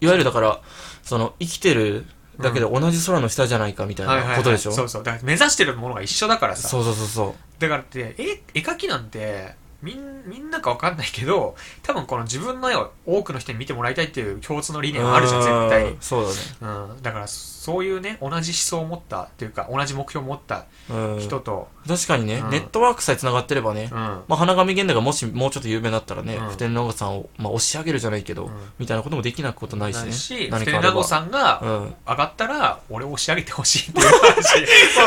[SPEAKER 2] ゆるだからその生きてるだけで同じ空の下じゃないかみた
[SPEAKER 1] い
[SPEAKER 2] い
[SPEAKER 1] はい
[SPEAKER 2] な
[SPEAKER 1] はい
[SPEAKER 2] ことでしょ
[SPEAKER 1] そうそうだから目指してるものが一緒だからさ
[SPEAKER 2] そうそうそうそ
[SPEAKER 1] だからって絵絵描きなんてみんみんなかわかんないけど多分この自分の絵を多くの人に見てもらいたいっていう共通の理
[SPEAKER 2] う
[SPEAKER 1] 念はあるじゃん絶対に
[SPEAKER 2] う、そうだね
[SPEAKER 1] うん、だからそういうね同じ思想を持ったというか同じ目標を持った
[SPEAKER 2] うん
[SPEAKER 1] 人と、
[SPEAKER 2] 確かにね、
[SPEAKER 1] うん
[SPEAKER 2] ネットワークさえ繋がってればね、
[SPEAKER 1] うん
[SPEAKER 2] まあ、花神源太がもしもうちょっと有名だったらね、
[SPEAKER 1] うん
[SPEAKER 2] 普天王さんを、まあ、押し上げるじゃないけど、
[SPEAKER 1] うん
[SPEAKER 2] みたいなこともできなくことないし
[SPEAKER 1] な
[SPEAKER 2] ね。
[SPEAKER 1] るし
[SPEAKER 2] 何
[SPEAKER 1] 福田
[SPEAKER 2] かあれば
[SPEAKER 1] 名護さんが
[SPEAKER 2] うん。
[SPEAKER 1] 上がったら俺を押し上げてほしいっていう話
[SPEAKER 2] ま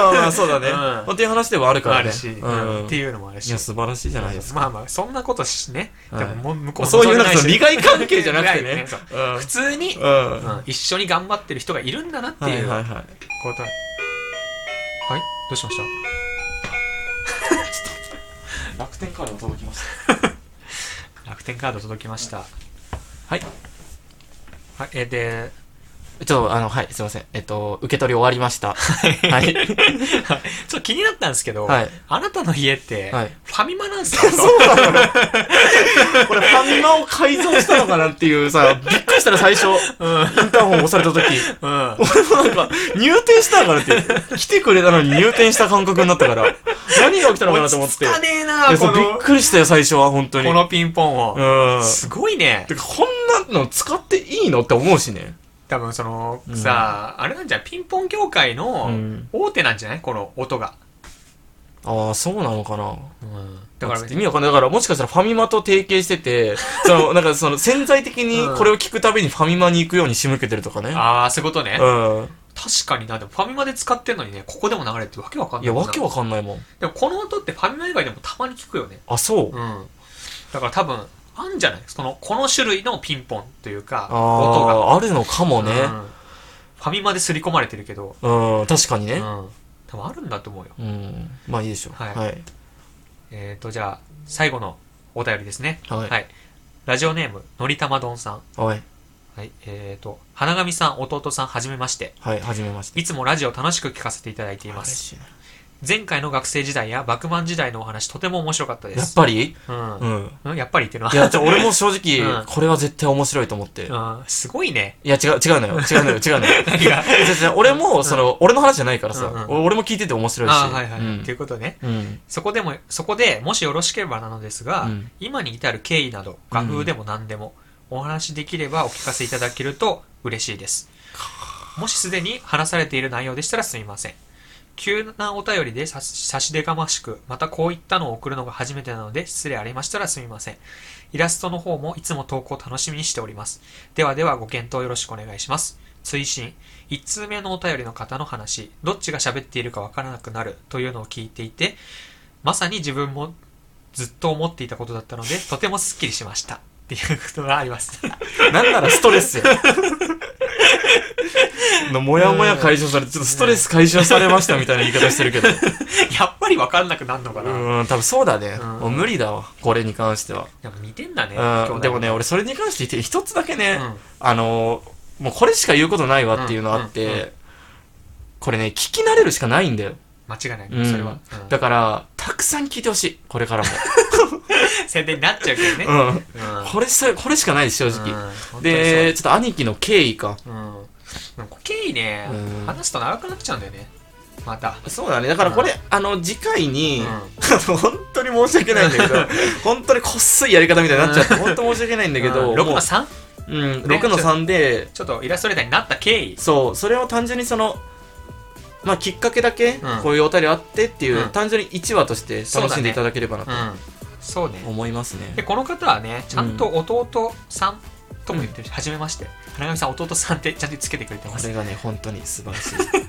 [SPEAKER 2] あまあ、そうだね。
[SPEAKER 1] うん
[SPEAKER 2] まあっていう話ではあるから
[SPEAKER 1] あ
[SPEAKER 2] ね。
[SPEAKER 1] るし、
[SPEAKER 2] うん。
[SPEAKER 1] っていうのもあるし
[SPEAKER 2] いや、素晴らしいじゃないですか。
[SPEAKER 1] まあまあそんなことしね、
[SPEAKER 2] はい
[SPEAKER 1] でももう向こ
[SPEAKER 2] ま
[SPEAKER 1] う
[SPEAKER 2] あ
[SPEAKER 1] も
[SPEAKER 2] そういうなん
[SPEAKER 1] 望
[SPEAKER 2] か
[SPEAKER 1] で
[SPEAKER 2] その利害関係じゃ なくて
[SPEAKER 1] 利害
[SPEAKER 2] ね。
[SPEAKER 1] そう
[SPEAKER 2] うん。
[SPEAKER 1] 普通に、
[SPEAKER 2] うん。
[SPEAKER 1] うん一緒に頑張ってる人がいるんだなって
[SPEAKER 2] はいいうはい
[SPEAKER 1] こと
[SPEAKER 2] はい。
[SPEAKER 1] はいはいどうしました
[SPEAKER 2] 楽天からも届きまし
[SPEAKER 1] 楽天カード届きました。
[SPEAKER 2] はい。
[SPEAKER 1] はい、えーで、
[SPEAKER 2] た。ちょっと、あの、はい、すいません。えっと、受け取り終わりました。 は い
[SPEAKER 1] ち ょっと気になったんですけど、
[SPEAKER 2] はい
[SPEAKER 1] あなたの家って、
[SPEAKER 2] はい
[SPEAKER 1] ファミマなんですか
[SPEAKER 2] そうなのよこれファミマを改造したのかなっていう さ、びっくりしたら最初、インターホン押された時、
[SPEAKER 1] うん。あ
[SPEAKER 2] 俺もなんか入店したのかなって、来てくれたのに入店した感覚になったから、 何が起きたのかなと思って。い
[SPEAKER 1] 落ち着かねえな
[SPEAKER 2] やそ
[SPEAKER 1] こ
[SPEAKER 2] うびっ
[SPEAKER 1] の、
[SPEAKER 2] くりしたよ、最初は、本当に。
[SPEAKER 1] このピンポ
[SPEAKER 2] う
[SPEAKER 1] ンを。
[SPEAKER 2] ん。
[SPEAKER 1] すごいね。
[SPEAKER 2] てか、こんなの使っていいのって思うしね。
[SPEAKER 1] 多分その、
[SPEAKER 2] うん
[SPEAKER 1] さあ、あれなんじゃないピンポン業界の
[SPEAKER 2] うん
[SPEAKER 1] 大手なんじゃないこの音が。
[SPEAKER 2] ああ、そうなのかな。
[SPEAKER 1] だか
[SPEAKER 2] だからら、意味わかんない。だから、もしかしたらファミマと提携してて、その、なんかその、潜在的にこれを聞くたびにファミマに行くように仕向けてるとかね。
[SPEAKER 1] ああ、そういうことね。
[SPEAKER 2] うん。
[SPEAKER 1] 確かにな。でもファミマで使ってんのにね、ここでも流れてるわけわかんないい
[SPEAKER 2] や、
[SPEAKER 1] もんな。
[SPEAKER 2] わけわかんないもん。
[SPEAKER 1] でもこの音ってファミマ以外でもたまに聞くよね。
[SPEAKER 2] あ、そう。
[SPEAKER 1] うん。だから多分、あんじゃないその、この種類のピンポンというか、音が。
[SPEAKER 2] ああ、あるのかもね。
[SPEAKER 1] うんファミマですり込まれてるけど、
[SPEAKER 2] うん、確かに
[SPEAKER 1] うん。
[SPEAKER 2] ね。
[SPEAKER 1] 多分あるんだと思うよ。
[SPEAKER 2] うん、まあいいでしょう。
[SPEAKER 1] はい
[SPEAKER 2] はい。
[SPEAKER 1] えっ、ー、と、じゃあ、最後のお便りですね。
[SPEAKER 2] はい
[SPEAKER 1] ラジオネーム、のりたまどんさん。
[SPEAKER 2] はい。
[SPEAKER 1] はい。えっ、ー、と、花神さん、弟さん、はじめまして。
[SPEAKER 2] はい、はじめまして。
[SPEAKER 1] いつもラジオ楽しく聞かせていただいています。
[SPEAKER 2] 嬉しいな
[SPEAKER 1] 前回の学生時代やバクマン時代のお話、とても面白かったで
[SPEAKER 2] やっ
[SPEAKER 1] す。
[SPEAKER 2] ぱり
[SPEAKER 1] うん
[SPEAKER 2] う。ん。
[SPEAKER 1] うん、やっぱりっていうのは。
[SPEAKER 2] いや、ちょ、俺も正直、
[SPEAKER 1] うん
[SPEAKER 2] これは絶対面白いと思って。
[SPEAKER 1] うん、すごいね。
[SPEAKER 2] いや、違う、違うのよ。違うのよ、違うのよ。
[SPEAKER 1] 何 が
[SPEAKER 2] 違う違う俺も、その、俺の話じゃないからさ、
[SPEAKER 1] うんうん
[SPEAKER 2] お俺も聞いてて面白いし。
[SPEAKER 1] ああ、はいはい。
[SPEAKER 2] うん
[SPEAKER 1] ということね。
[SPEAKER 2] うん。
[SPEAKER 1] そこでも、そこでもしよろしければなのですが、
[SPEAKER 2] うん
[SPEAKER 1] 今に至る経緯など、画風でも何でも、お話しできればお聞かせいただけると嬉しいです。もしすでに話されている内容でしたらすみません。急なお便りで差し差し出がましく、またこういったのを送るのが初めてなので失礼ありましたらすみません。イラストの方もいつも投稿楽しみにしております。ではではご検討よろしくお願いします。追伸1通目のお便りの方の話、どっちが喋っているかわからなくなるというのを聞いていて、まさに自分もずっと思っていたことだったので、とてもスッキリしました。っていうことがあります。
[SPEAKER 2] なんならストレスよ。のもやもや解消されて、ちょっとストレス解消されましたみたいな言い方してるけど。
[SPEAKER 1] やっぱりわかんなくなるのかな。
[SPEAKER 2] うん、多分そうだね。
[SPEAKER 1] うん
[SPEAKER 2] もう無理だわ。これに関しては。
[SPEAKER 1] でも似てんだね。兄
[SPEAKER 2] う
[SPEAKER 1] 弟
[SPEAKER 2] ん、でもね、、俺それに関して言って一つだけね、
[SPEAKER 1] うん
[SPEAKER 2] あのーもうこれしか言うことないわっていうのあって、
[SPEAKER 1] うんうんうん
[SPEAKER 2] これね、聞き慣れるしかないんだよ。
[SPEAKER 1] 間違いない、
[SPEAKER 2] うん
[SPEAKER 1] それは。うん
[SPEAKER 2] だから、たくさん聞いてほしい。これからも。
[SPEAKER 1] 宣伝になっちゃうけどね。
[SPEAKER 2] うん。
[SPEAKER 1] うん
[SPEAKER 2] これさ、これしかないです、正
[SPEAKER 1] うん
[SPEAKER 2] 直。
[SPEAKER 1] 本当にそう
[SPEAKER 2] で、ちょっと兄貴の経緯か。
[SPEAKER 1] うん。でも経緯ね
[SPEAKER 2] う、ん
[SPEAKER 1] 話すと長くなっちゃうんだよね。また。
[SPEAKER 2] そうだね。だからこれ、
[SPEAKER 1] う
[SPEAKER 2] あの、次回に、
[SPEAKER 1] うん
[SPEAKER 2] あの本当に申し訳ないんだけど、 本当にこっそいやり方みたいになっちゃって、本当申し訳ないんだけど、
[SPEAKER 1] うん6
[SPEAKER 2] も
[SPEAKER 1] の
[SPEAKER 2] う
[SPEAKER 1] 3?
[SPEAKER 2] うん、6の3で、
[SPEAKER 1] ちょっとイラストレーターになった経緯。
[SPEAKER 2] そう、それを単純にその、まあ、きっかけだけ、
[SPEAKER 1] うん
[SPEAKER 2] こういうお便りあってっていう、
[SPEAKER 1] うん
[SPEAKER 2] 単純に1話として楽しんでいただければな
[SPEAKER 1] う
[SPEAKER 2] と
[SPEAKER 1] ん。そうね。
[SPEAKER 2] 思いますね。
[SPEAKER 1] でこの方はねちゃんと弟さんとも言ってるし、初めまして花神さん弟さんってちゃんとつけてくれてま
[SPEAKER 2] こ
[SPEAKER 1] す
[SPEAKER 2] れがね、本当に素晴ら しい。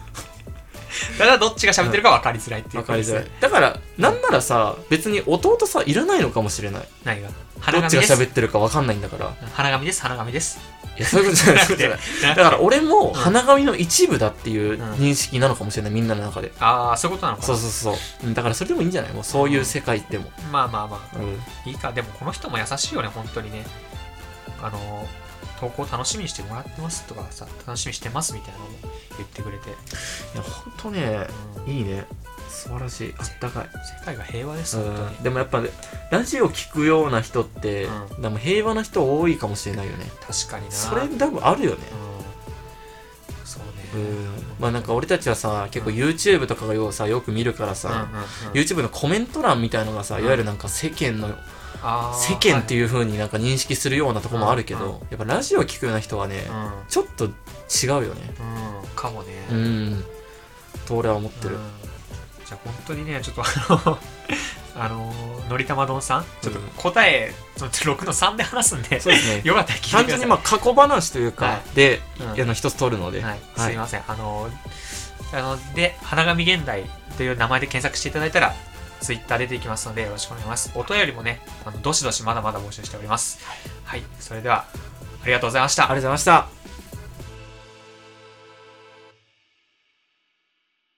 [SPEAKER 1] ただどっちが喋ってるか分かりづらいっていう
[SPEAKER 2] わかりづら
[SPEAKER 1] い
[SPEAKER 2] い。だから、なんならさ、別に弟さんいらないのかもしれない。
[SPEAKER 1] 何が
[SPEAKER 2] ど
[SPEAKER 1] 花
[SPEAKER 2] っち
[SPEAKER 1] 紙で
[SPEAKER 2] が
[SPEAKER 1] す
[SPEAKER 2] 喋ってるか分かんないんだから。
[SPEAKER 1] 花紙です花紙です
[SPEAKER 2] い や、そういうことじゃな い、そういうことじゃない。 だから俺も花紙の一部だっていう認識なのかもしれない、みんなの中で。
[SPEAKER 1] ああそういうことなのかな
[SPEAKER 2] そうそうそううん。だからそれでもいいんじゃないもうそういう世界でも。
[SPEAKER 1] まあまあま
[SPEAKER 2] うん。
[SPEAKER 1] あいいかでもこの人も優しいよね本当にねあの投稿楽しみにしてもらってますとかさ楽しみにしてますみたいなのも言ってくれて、
[SPEAKER 2] いや、ほんとね、
[SPEAKER 1] うん
[SPEAKER 2] いいね。素晴らしい。あったかい。
[SPEAKER 1] 世界が平和です
[SPEAKER 2] う
[SPEAKER 1] 本当に
[SPEAKER 2] ん。でもやっぱ、ラジオ聞くような人って、
[SPEAKER 1] う
[SPEAKER 2] でも平和な人多いかもしれないよね。
[SPEAKER 1] 確かにな
[SPEAKER 2] それ多分あるよね。
[SPEAKER 1] うんそうね
[SPEAKER 2] うん。まあなんか俺たちはさ、結構 YouTube とかをさ、よく見るか
[SPEAKER 1] う
[SPEAKER 2] ら
[SPEAKER 1] んうん
[SPEAKER 2] さ、
[SPEAKER 1] うん
[SPEAKER 2] YouTube のコメント欄みたいのがさ、
[SPEAKER 1] うん
[SPEAKER 2] いわゆるなんか世間の
[SPEAKER 1] あー
[SPEAKER 2] 世間って
[SPEAKER 1] う、
[SPEAKER 2] いう風になんか認識するようなとこもあるけど、やっぱラジオ聞くような人はね、
[SPEAKER 1] はい
[SPEAKER 2] ちょっと違うよね。
[SPEAKER 1] うん、うん、かもね、
[SPEAKER 2] うん。と俺は思ってる
[SPEAKER 1] うん。じゃあ本当にねちょっとあの あののりたま丼さんちょっと答え、ちょっと6の3で話すんで
[SPEAKER 2] そうですね。
[SPEAKER 1] よかったら聞い
[SPEAKER 2] 単
[SPEAKER 1] てくださ
[SPEAKER 2] 純に
[SPEAKER 1] い
[SPEAKER 2] まあ過去話というか
[SPEAKER 1] は、
[SPEAKER 2] で、
[SPEAKER 1] うん
[SPEAKER 2] いやの一つ取るので。
[SPEAKER 1] はい、すいません、あのあので花紙現代という名前で検索していただいたらツイッター出ていきますのでよろしくお願いしますお便りもねあのどしどしまだまだ募集しておりますはい、それではありがとうございました
[SPEAKER 2] ありがとうございました。